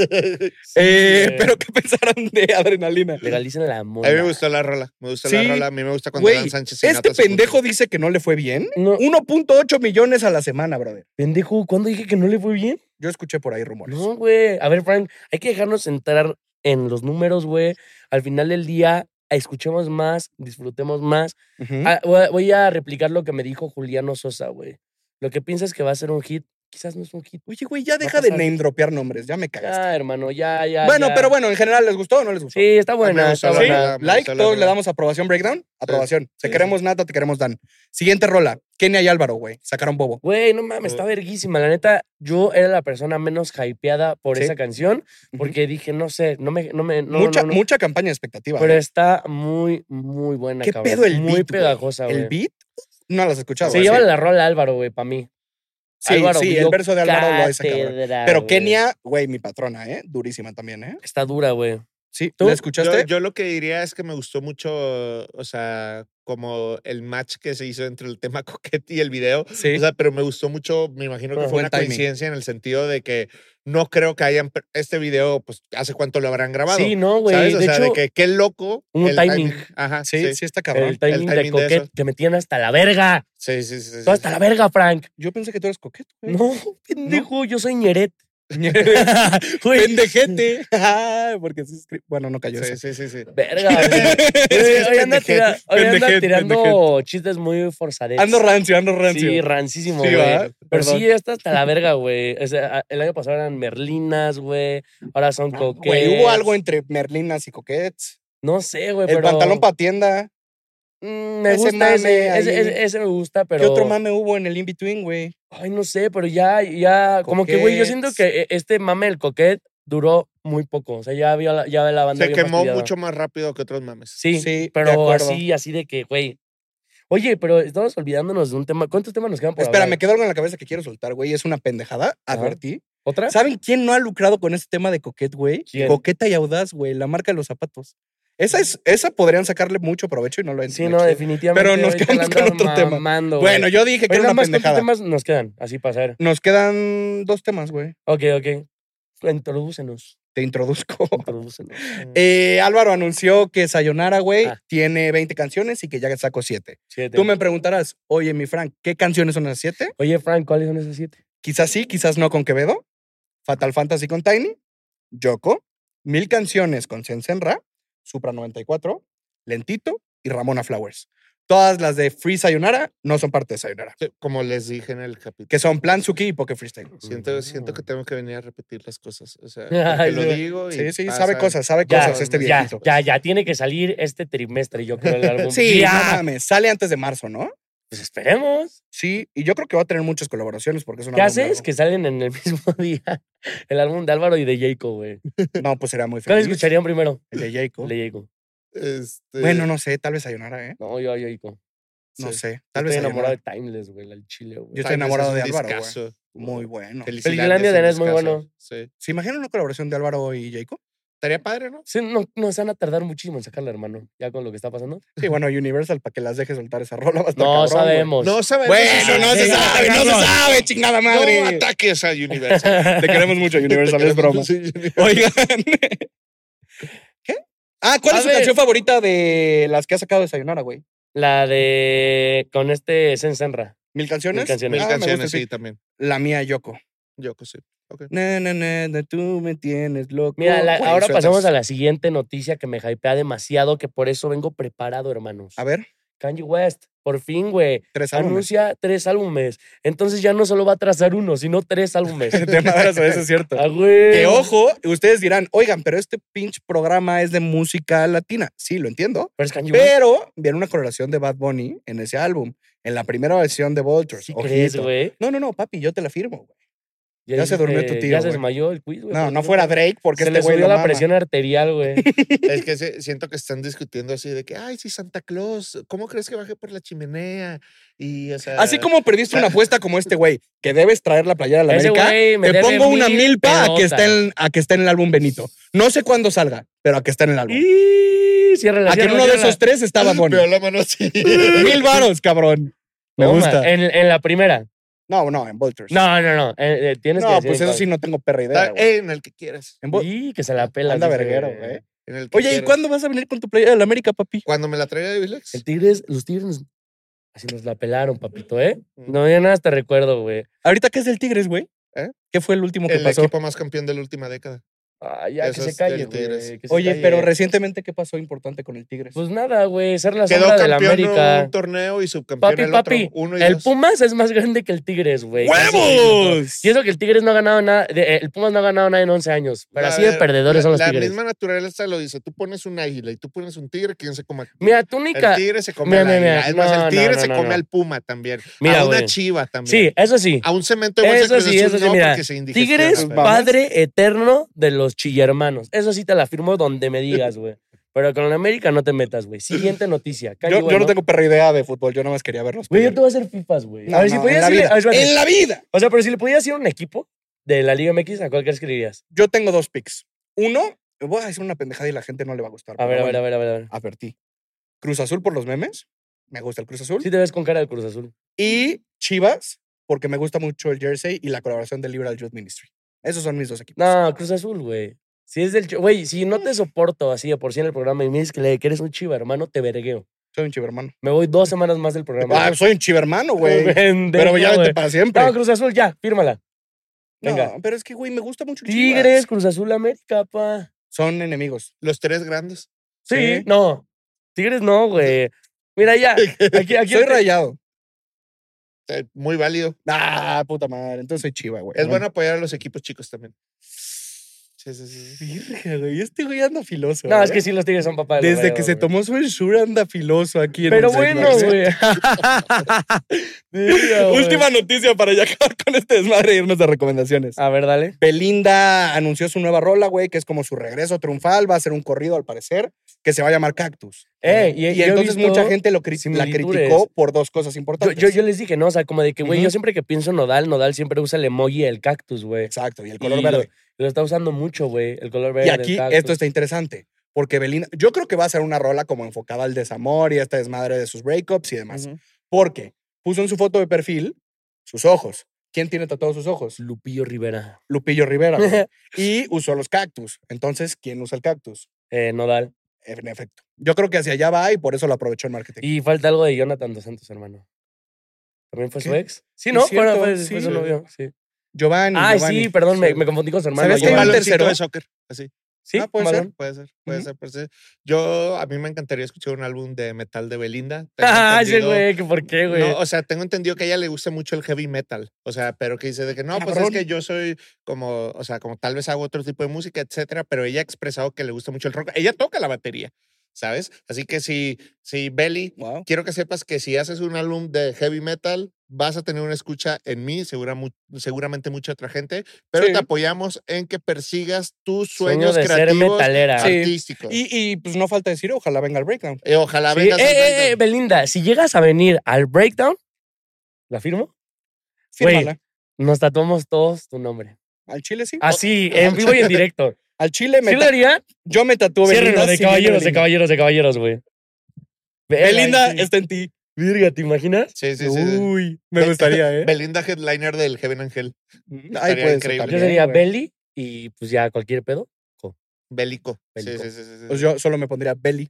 Eh,
güey.
pero ¿qué pensaron de adrenalina?
Legalicen el amor.
A mí me gustó la rola. Me gustó
Sí.
la rola. A mí me gusta cuando
Güey,
Dan Sánchez y
este
Nata se
pendejo
juntan.
dice que no le fue bien.
No,
1.8 millones a la semana, brother.
pendejo, ¿cuándo dije que no le fue bien?
Yo escuché por ahí rumores.
No, güey. A ver, Frank, hay que dejarnos entrar en los números, güey. Al final del día, escuchemos más, disfrutemos más.
Ujú.
Ah, voy a- voy a replicar lo que me dijo Juliano Sosa, güey. Lo que piensas que va a ser un hit, quizás no es un hit.
Oye, güey, ya
va a
deja de
pasar.
name dropear nombres. Ya me cagaste.
Ah, hermano, ya, ya.
bueno,
ya.
pero bueno, en general, ¿les gustó o no les gustó?
Sí, está
A mí
buena,
me
está
gustó la
buena.
rola, Ah, me
Like,
gustó la
todos le
rola.
damos aprobación, breakdown. Aprobación. Te
sí,
queremos Nata, te queremos Dan. Siguiente rola. Kenia y Álvaro, güey. Sacaron bobo.
Güey, no
eh,
mames, está verguísima. La neta, yo era la persona menos hypeada por
Sí.
esa canción
Ujú.
porque dije, no sé, no me. No me no,
mucha,
no, no.
mucha campaña de expectativa.
Pero
¿eh?
está muy, muy buena.
¿Qué
cabrón.
pedo el
Muy
beat, güey?
pegajosa, güey.
El beat, no las has escuchado.
Se
¿eh?
lleva la rola Álvaro, güey, para mí.
Sí,
Álvaro
sí,
dio
el verso de Álvaro lo hace, cabrón.
cátedra,
Pero
güey.
Kenia, güey, mi patrona, ¿eh? Durísima también, ¿eh?
Está dura, güey.
Sí,
¿Tú?
¿la
Yo,
escuchaste?
yo lo que diría es que me gustó mucho, o sea, como el match que se hizo entre el tema coquete y el video.
sí.
O sea, pero me gustó mucho, me imagino que
Ajá.
fue
Buen
una
timing.
coincidencia en el sentido de que no creo que hayan, per- este video, pues, ¿hace cuánto lo habrán grabado?
Sí, no, güey.
¿Sabes?
De
O sea,
hecho,
de que qué loco.
un
el
timing.
Ajá,
sí, sí, está cabrón.
el timing
el
de
timing de
Coquette
eso.
que metían hasta la verga.
Sí, sí, sí. sí,
Todo
sí.
hasta la verga, Frank.
Yo pensé que tú eras coqueto. güey.
No, pendejo, yo soy ñeret. Güey.
Pendejete. Ah, Porque sí escri- Bueno, no cayó
Sí,
ese.
sí, sí, sí.
Verga, güey.
Es
Hoy anda,
pendejet,
tira- hoy anda
pendejet,
tirando
pendejet.
chistes muy forzadetes.
Ando rancio, ando rancio.
Sí, rancísimo,
Sí,
güey.
¿verdad?
Pero
Perdón.
sí, está hasta la verga, güey. O sea, a- el año pasado eran merlinas, Ah, güey. Ahora son
No,
coquetes.
Ah, Güey, hubo algo entre Merlinas y Coquettes.
No sé, güey,
El
pero...
pantalón para tienda.
Mm, me
Ese
gusta
mame
ese, ese,
ahí.
ese- ese me gusta, pero...
¿Qué otro mame hubo en el in-between, güey?
Ay, no sé, pero ya, ya, como que, güey, yo siento que eh, este mame del coquet duró muy poco. O sea, ya vio la, ya ve la banda
Se
bien
quemó
fastidiada.
mucho más rápido que otros mames.
Sí,
Sí, de
pero
acuerdo.
así, así de que, güey. Oye, pero estamos olvidándonos de un tema. ¿Cuántos temas nos quedan por
Espera,
hablar?
me quedó algo en la cabeza que quiero soltar, güey. Es una pendejada, advertí.
¿Otra?
¿Saben quién no ha lucrado con este tema de Coquette, güey?
¿Quién?
Coqueta y Audaz, güey, la marca de los zapatos. Esa, es, esa podrían sacarle mucho provecho y no lo han
Sí, no,
hecho.
definitivamente.
Pero nos
ahorita
quedamos
la
con
andan
otro tema.
mamando, güey.
Bueno, yo dije que
Oye,
era una
nada más, ¿cuántos
pendejada.
temas nos quedan? Así pasar.
Nos quedan dos temas, güey.
Ok, ok. Introdúcenos.
Te introduzco.
Introdúcenos.
Eh, Álvaro anunció que Sayonara, güey,
Ah.
tiene 20 canciones y que ya sacó 7.
Siete.
Tú me preguntarás, oye, mi Frank, ¿qué canciones son las 7?
Oye, Frank, ¿cuáles son esas siete?
Quizás sí, quizás no con Quevedo, Fatal Fantasy con Tiny, Yoko, Mil Canciones con Sensenra, Supra 94, Lentito y Ramona Flowers. Todas las de Free Sayonara no son parte de Sayonara,
Sí, eh, Como les dije en el capítulo.
que son Plan Suki y Poké Freestyle.
Siento,
Mm.
siento
Mm.
que tengo que venir a repetir las cosas. O sea, porque
Ay,
lo
güey.
digo y
Sí, sí,
pasa.
sabe cosas, sabe
ah, Ya,
cosas este
ya,
viejito.
ya, ya, tiene que salir este trimestre, yo creo, el álbum.
Sí,
Ya.
no mames, sale antes de marzo, ¿no?
Pues esperemos.
Sí, y yo creo que va a tener muchas colaboraciones porque es una.
¿Qué haces? Que salen en el mismo día el álbum de Álvaro y de Jacob, güey.
No, pues será muy feliz.
¿Cuál escucharían primero?
El de Jacob.
El de Jacob.
Este,
Bueno, no sé, tal vez Sayonara, ¿eh?
No, yo, yo, Jacob.
No
sí.
sé,
Yo
tal vez
estoy enamorado
Sayonara.
de Timeless, güey, al chile, güey.
Yo estoy
Tal vez
enamorado
es
de
un
Álvaro, güey.
discazo.
Muy bueno.
Felicidades,
Felilandia
es
es muy
discazo.
bueno.
Sí.
¿Se imaginan una colaboración de Álvaro y Jacob?
Estaría padre, ¿no?
Sí, no, no, se van a tardar muchísimo en sacarla, hermano, ya con lo que está pasando.
Sí, bueno, Universal, para que las deje soltar esa rola, va a estar
No
cabrón, güey.
sabemos.
No sabemos.
Bueno, no se
Sí,
sabe, no se
cabrón.
sabe, chingada
No
madre.
ataques a Universal.
ah.
Te queremos mucho, Universal, es broma.
Sí, Universal.
Oigan. ¿Qué? Ah, ¿cuál
A
es su
ver.
canción favorita de las que ha sacado de Sayonara, güey?
La de. Con este Sensenra.
¿Mil canciones?
Mil canciones.
Mil
Ah, me gusta,
canciones,
sí.
sí, también.
La mía, Yoko.
Yo que sí.
Na, na, na, na, tú me tienes loco.
Mira, la-
Güey,
ahora
sueltas.
pasamos a la siguiente noticia que me hypea demasiado, que por eso vengo preparado, hermanos.
A ver,
Kanye West, por fin, güey,
tres álbumes.
anuncia tres álbumes. Entonces ya no solo va a trazar uno, sino tres álbumes.
Te madras, eso es cierto.
Ah, güey.
Que ojo, ustedes dirán, oigan, pero este pinche programa es de música latina. Sí, lo entiendo.
Pero es Kanye West.
Pero viene una coloración de Bad Bunny en ese álbum, en la primera versión de Vultures.
¿Sí
Ojito.
crees, güey?
No, no, no, papi, yo te la firmo. güey. Ya se
dijiste-
durmió tu tío,
Ya se
güey.
desmayó el quiz, güey. pues,
No, no fuera Drake porque
Se
este
le
güey
subió
lo
la
mama.
presión arterial, güey.
Es que se- siento que están discutiendo así de que, ay, sí, Santa Claus, ¿cómo crees que baje por la chimenea? Y, o sea,
Así como perdiste una apuesta como este güey, que debes traer la playera a la
Ese
América,
güey me
te
debe
pongo una
mil
milpa a que,
pelotas.
está en, a que está en el álbum Benito. No sé cuándo salga, pero a que está en el álbum.
Y cierra la
A que en uno de esos tres está Bad Bunny.
Pero la mano así.
Mil varos, cabrón. Me gusta.
En, en la primera.
No, no, en Vultures.
No, no, no. eh, eh, tienes que
No,
decir
pues
en
eso sí no tengo perra idea.
Da-
güey.
en el que quieras.
En
cuál.
Vul-
Y que se la pela.
Anda
dice.
verguero, güey.
En el que
eh, Oye, ¿y
quieras.
cuándo vas a venir con tu playera de la América, papi?
Cuando me la traiga de Vilex.
El Tigres, los Tigres nos- así nos la pelaron, papito, ¿eh?
Mm.
No, ya nada, te recuerdo, güey.
Ahorita que es del Tigres, güey.
¿Eh?
¿Qué fue el último que
El
pasó?
equipo más campeón de la última década.
Ay, ya,
Eso
que se
es del
calle, güey.
Tigres.
que se
Oye,
calle.
pero recientemente, ¿qué pasó importante con el Tigres?
Pues nada, güey, ser la
Quedó
sombra de la
campeón en
América.
un torneo y subcampeón
Papi,
en el otro.
papi,
Uno y
El
dos.
Pumas es más grande que el Tigres, güey.
¡Huevos!
Y eso que el Tigres no ha ganado nada, de- el Pumas no ha ganado nada en 11 años,
La
pero así de
ver-
perdedores
la,
son los
la
Tigres.
misma naturaleza lo dice. Tú pones un águila y tú pones un tigre, ¿quién se come?
Mira, tú
El
única...
tigre se come
Mira,
al
mira,
águila.
mira.
Es más,
No,
el tigre
no,
se
no,
come
no.
al puma también.
Mira,
a una
güey.
chiva también.
Sí, eso sí.
A un cemento de bolsa
Eso
Cruz
sí,
Azul
eso sí,
no,
mira.
porque se este indigestiona,
Tigres,
pero-
vamos.
padre eterno de los chillermanos. Eso sí te la firmo donde me digas, güey. Pero con la América no te metas, güey. Siguiente noticia. Kanye,
Yo, yo
güey,
no tengo perra idea de fútbol, yo nada más quería verlos.
Güey, yo
pelear.
te voy a hacer FIFAs, güey.
No,
a ver, si
no, en
podías
la
irle-
vida.
a ver, espérate.
¡En la vida!
O sea, pero si le podías ir a un equipo de la Liga MX, ¿a cuál crees que le irías?
Yo tengo dos picks. Uno, voy a decir una pendejada y la gente no le va a gustar.
A ver,
pero
a
bueno,
ver, a ver, a ver. a ver.
Advertí. Cruz Azul por los memes. Me gusta el Cruz Azul.
Sí te ves con cara de Cruz Azul.
Y Chivas, porque me gusta mucho el jersey y la colaboración del Liberal Youth Ministry. Esos son mis dos equipos.
No, Cruz Azul, güey. Si es del... Ch- Güey, si no te soporto así de por sí en el programa y me dices que le- que eres un chiva, hermano, te vergueo.
Soy un chivermano.
Me voy dos semanas más del programa.
Ah, soy un chivermano, güey.
Pendejo,
Pero ya
güey.
vente para siempre.
No, Cruz Azul, ya, fírmala. Venga.
No, pero es que, güey, me gusta mucho Chivas.
Tigres, Cruz Azul, América, pa.
Son enemigos.
Los tres grandes.
Sí,
Sí.
no. Tigres no, güey. Mira ya. Aquí, aquí
Soy rayado.
O sea, Muy válido.
Ah, puta madre. Entonces soy chiva, güey.
Es bueno apoyar a los equipos chicos también. Sí, sí, sí, sí.
Virga, güey. Este güey anda filoso.
No, es
¿eh?
que sí, los Tigres son papá. de los
Desde que
Rayados,
se
güey.
tomó su ensure anda filoso aquí en
Pero
el
bueno,
segmento.
güey. Diga, güey.
Última noticia para ya acabar con este desmadre y irnos de recomendaciones.
A ver, dale.
Belinda anunció su nueva rola, güey, que es como su regreso triunfal. Va a ser un corrido, al parecer, que se va a llamar Cactus.
Eh, y,
Y,
yo he
entonces
visto-
mucha gente lo cri- la
similitudes.
criticó por dos cosas
Yo,
importantes.
yo, yo les dije, ¿no? O sea, como de que, güey,
Ujú.
yo siempre que pienso en Nodal, Nodal siempre usa el emoji del cactus, güey.
Exacto, y el color
Y
verde.
Lo está usando mucho, güey, el color verde.
Y
del
aquí
cactus.
esto está interesante, porque Belinda, yo creo que va a ser una rola como enfocada al desamor y a este esta desmadre de sus breakups y demás, porque puso en su foto de perfil sus ojos, ¿Quién tiene tatuados sus ojos?
Lupillo Rivera.
Lupillo Rivera. güey. y usó los cactus. Entonces, ¿quién usa el cactus?
Eh, Nodal.
En efecto. Yo creo que hacia allá va y por eso lo aprovechó en marketing.
Y falta algo de Jonathan dos Santos, hermano. ¿También fue su
¿Qué?
ex? Sí,
Es
¿no?
cierto,
Fue, fue- fue
sí.
su novio. Sí.
Giovanni.
Ay,
Giovanni.
sí, perdón, me,
Sí.
me confundí con su hermano.
Un
¿Sabes qué?
Giovanni.
Un
baloncito
tercero.
de soccer, así.
Sí,
Ah, puede
Malón.
ser.
Puede ser, puede
Ujú.
ser, puede ser. Yo, a mí me encantaría escuchar un álbum de metal de Belinda. Tengo
Ah, ese
entendido-
güey, que ¿por qué, güey?
No, o sea, tengo entendido que a ella le gusta mucho el heavy metal. O sea, pero que dice de que no, pues
Cabrón.
es que yo soy como, o sea, como tal vez hago otro tipo de música, etcétera, pero ella ha expresado que le gusta mucho el rock. Ella toca la batería, ¿sabes? Así que si, si Belly,
Wow.
quiero que sepas que si haces un álbum de heavy metal, vas a tener una escucha en mí, segura mu- seguramente mucha otra gente, pero
Sí.
te apoyamos en que persigas tus
Sueño
sueños
de ser
creativos,
metalera.
Sí.
artísticos.
Y, y pues no falta decir, ojalá venga el breakdown.
Eh, ojalá
Sí.
vengas.
Eh,
al
eh, eh,
Breakdown.
Belinda, si llegas a venir al breakdown, ¿la firmo? Güey.
Fírmala.
Nos tatuamos todos tu nombre.
Al chile sí.
Así, Ah, en vivo y en directo.
Al chile me
¿Sí lo
ta-
haría?
yo me tatúo
Ciérrenlo
Belinda.
de
si viene
caballeros, de
Belinda.
caballeros, de caballeros, güey.
Belinda este-
Ay, sí.
está en ti.
Virga, ¿te imaginas?
Sí, sí, sí, sí.
Uh,
Uy, me gustaría, ¿eh?
Belinda headliner del Heaven Angel.
Ay,
Estaría
puede ser
increíble.
Yo
también,
sería
güey.
Belly y pues ya cualquier pedo.
Bélico. Sí,
Bélico.
sí, sí, sí, sí.
Pues yo solo me pondría Belly.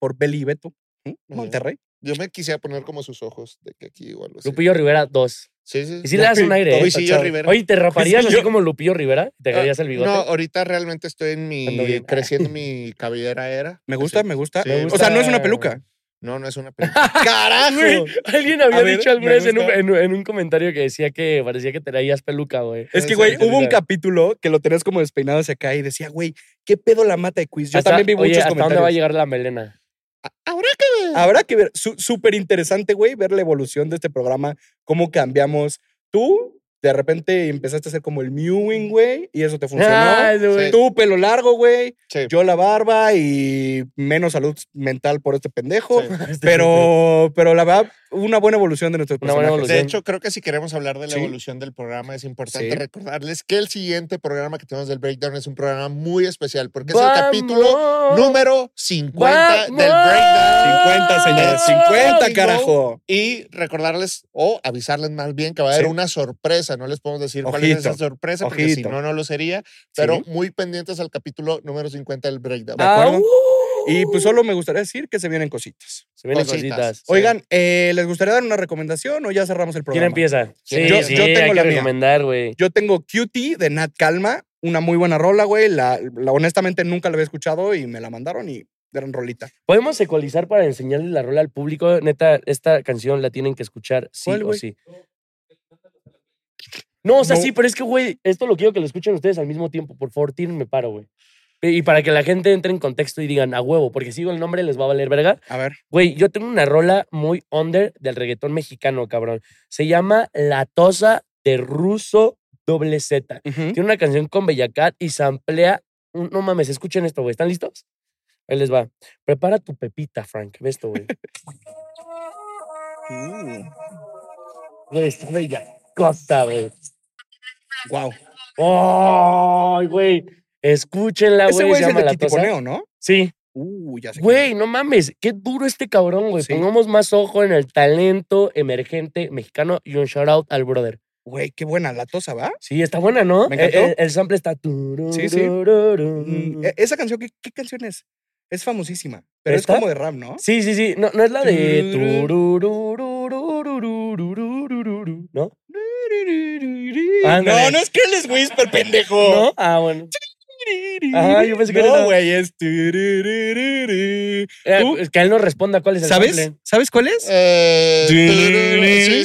Por Belly y Beto. ¿Mm?
Ajá.
Monterrey.
Yo me quisiera poner como sus ojos de que aquí o algo así.
Lupillo Rivera 2.
Sí, sí.
Y si le das un aire.
Hoy
¿eh?
Luis
sí, yo
Tachado.
Rivera.
Oye, ¿te raparías
Sí,
así
Pues, yo-
como Lupillo Rivera? ¿Te
Ah,
dejarías el bigote?
No, ahorita realmente estoy en
Ando
mi.
bien.
creciendo mi cabellera era. Pues
Me gusta,
Sí.
me gusta.
Sí,
Me
me
O sea, no es una
gusta.
peluca.
No, no es una peluca.
¡Carajo!
Güey, alguien había
A ver,
dicho alguna
me
vez en un,
gusta.
en un- en un comentario que decía que parecía que traías peluca, güey.
Es que,
Sí,
güey,
sí,
hubo un
sí.
capítulo que lo tenías como despeinado hacia acá y decía, güey, ¿qué pedo la mata de quiz? Yo
Hasta-
también vi
oye,
muchos
¿hasta dónde va a
comentarios.
llegar la melena?
Ah, Ahora que.
Habrá que ver. Su- Súper interesante, güey, ver la evolución de este programa, cómo cambiamos. Tú, de repente, empezaste a hacer como el mewing, güey, y eso te funcionó.
Ay, Ah, güey.
Sí.
Tú, pelo largo, güey.
Sí.
Yo la barba y menos salud mental por este pendejo.
Sí.
Pero, pero la verdad, una buena evolución de nuestros
Una buena
personajes.
De
evolución.
hecho, creo que si queremos hablar de la
Sí.
evolución del programa, es importante
Sí.
recordarles que el siguiente programa que tenemos del Breakdown es un programa muy especial, porque es
¡Vamos!
el capítulo número 50 del
¡Vamos!
Breakdown.
50, señores.
¡Ah!
50,
Digo,
carajo.
Y recordarles o avisarles más bien que va a haber
Sí.
una sorpresa. No les podemos decir cuál es
Ojito,
esa sorpresa, porque si
ojito.
no, no lo sería. Pero muy pendientes al capítulo número 50 del Breakdown.
Ah, acuerdo?
¡Au!
Y pues solo me gustaría decir que se vienen cositas.
Se vienen
cositas.
cositas.
Sí.
Oigan, eh, ¿les gustaría dar una recomendación o ya cerramos el
¿Quién
programa?
empieza? Sí,
Yo-
sí,
yo tengo
hay que
la mía.
recomendar, güey.
Yo tengo Cutie de Nat Calma, una muy buena rola, güey. La, la- honestamente nunca la había escuchado y me la mandaron y gran rolita.
Podemos ecualizar para enseñarle la rola al público. Neta, esta canción la tienen que escuchar sí
¿Cuál,
o
güey?
sí. No, o sea,
No.
sí, pero es que, güey, esto lo quiero que lo escuchen ustedes al mismo tiempo. Por favor, tírenme paro, güey. Y para que la gente entre en contexto y digan, a huevo, porque sigo el nombre, les va a valer verga.
A ver,
Güey, yo tengo una rola muy under del reggaetón mexicano, cabrón. Se llama La Tosa de Ruso Doble Z. Tiene una canción con Bellacat y samplea. un- No mames, escuchen esto, güey. ¿Están listos? Ahí les va. Prepara tu pepita, Frank. Ve esto, güey.
uh,
Güey, está bellacota, güey.
wow.
¡Ay, güey! Escúchenla,
Ese
Ah,
güey
güey. Se
es el
llama
de
La Tosa.
Kitiponeo, ¿no?
Sí.
Uh, ya sé.
Güey, no mames. Qué duro este cabrón, güey.
Sí.
Pongamos más ojo en el talento emergente mexicano y un shout out al brother.
Güey, qué buena la tosa, ¿va?
Sí, está buena, ¿no?
Me encantó.
El, el- el sample está.
Sí, sí. Mm, e- Esa canción, ¿qué, qué canción es? Es famosísima, pero
¿Esta?
es como de rap, ¿no?
Sí, sí, sí. No, no es la de.
Tururú.
tururururururururururu, ¿No? Ándale.
No, no es Careless Whisper, pendejo.
¿No? Ah, bueno. Ajá, yo pensé que
no,
era-
güey, es. tururururu.
Eh,
¿Tú?
es que él nos responda cuál es el
¿Sabes?
sample.
¿Sabes cuál es?
Eh,
Sí.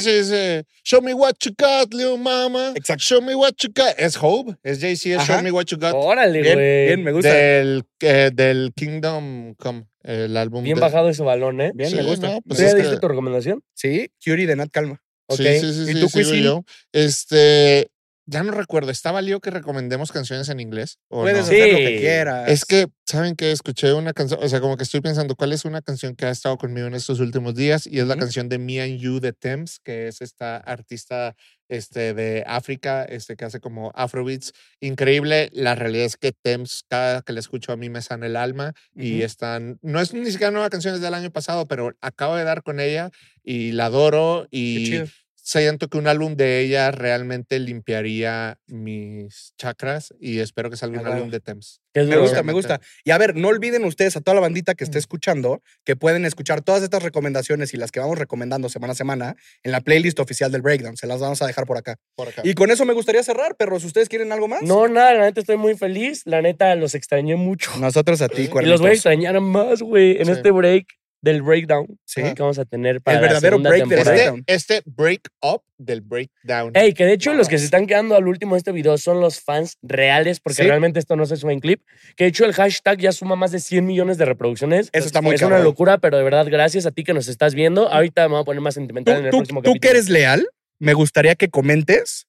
sí, sí, sí. Show me what you got, little mama.
Exacto.
Show me what you got. Es Hope, es JC, es
Ajá. Oh,
Show me what you got.
Órale,
Bien,
güey.
bien,
Bien,
me gusta.
del, eh, del Kingdom Come, el álbum. de-
bajado ese balón, ¿eh?
Bien,
Sí,
me gusta.
no,
¿Tú
pues
Me
ya
es
gusta.
que-
diste tu recomendación?
Sí, Curie de Nat Calma.
Ok.
Sí, sí, sí.
¿Y
sí,
tú,
sí, digo
Cuisin?
yo. Este, ya no recuerdo. ¿Estaba lío que recomendemos canciones en inglés? ¿O
Puedes
no?
Sí.
hacer lo que quieras.
Es que, ¿saben que Escuché una canción, o sea, como que estoy pensando cuál es una canción que ha estado conmigo en estos últimos días y es la
Ujú.
canción de Me and You de Thames, que es esta artista este, de África este, que hace como afrobeats. Increíble, la realidad es que Thames, cada que la escucho a mí me sana el alma y
Ujú.
están, no es ni siquiera nueva canción es del año pasado, pero acabo de dar con ella y la adoro
Qué
y
chido.
siento que un álbum de ella realmente limpiaría mis chakras y espero que salga
Ah,
un
bueno.
álbum de Thames.
Que es
Me
duro.
gusta, me gusta. Y a ver, no olviden ustedes a toda la bandita
Mm.
que esté escuchando que pueden escuchar todas estas recomendaciones y las que vamos recomendando semana a semana en la playlist oficial del Breakdown. Se las vamos a dejar por acá.
Por acá.
Y con eso me gustaría cerrar, perros. ¿Ustedes quieren algo más?
No, nada, la neta estoy muy feliz. La neta los extrañé mucho.
Nosotros a ti,
y los
cuernitos.
voy a extrañar más, güey, en
Sí.
este break del breakdown
Sí.
que vamos a tener para
El
la
verdadero
segunda
break del
temporada.
break.
este, este break up del breakdown.
Ey, que de hecho
Wow.
los que se están quedando al último de este video son los fans reales,
Sí.
porque realmente esto no se suma en clip. Que de hecho el hashtag ya suma más de 100 millones de reproducciones.
Eso está muy
es
cabrón.
una locura, pero de verdad, gracias a ti que nos estás viendo. Ahorita me voy a poner más sentimental en
Tú,
el
tú-
próximo
tú
capítulo.
que eres leal, me gustaría que comentes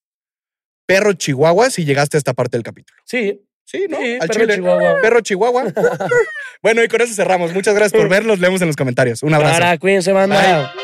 perro chihuahua si llegaste a esta parte del capítulo.
Sí,
Sí, ¿no?
sí,
Al
perro
chile.
chihuahua.
Perro chihuahua. bueno, y con eso cerramos. Muchas gracias por vernos. Leemos en los comentarios. Un abrazo.
Para, cuídense, banda.
Bye.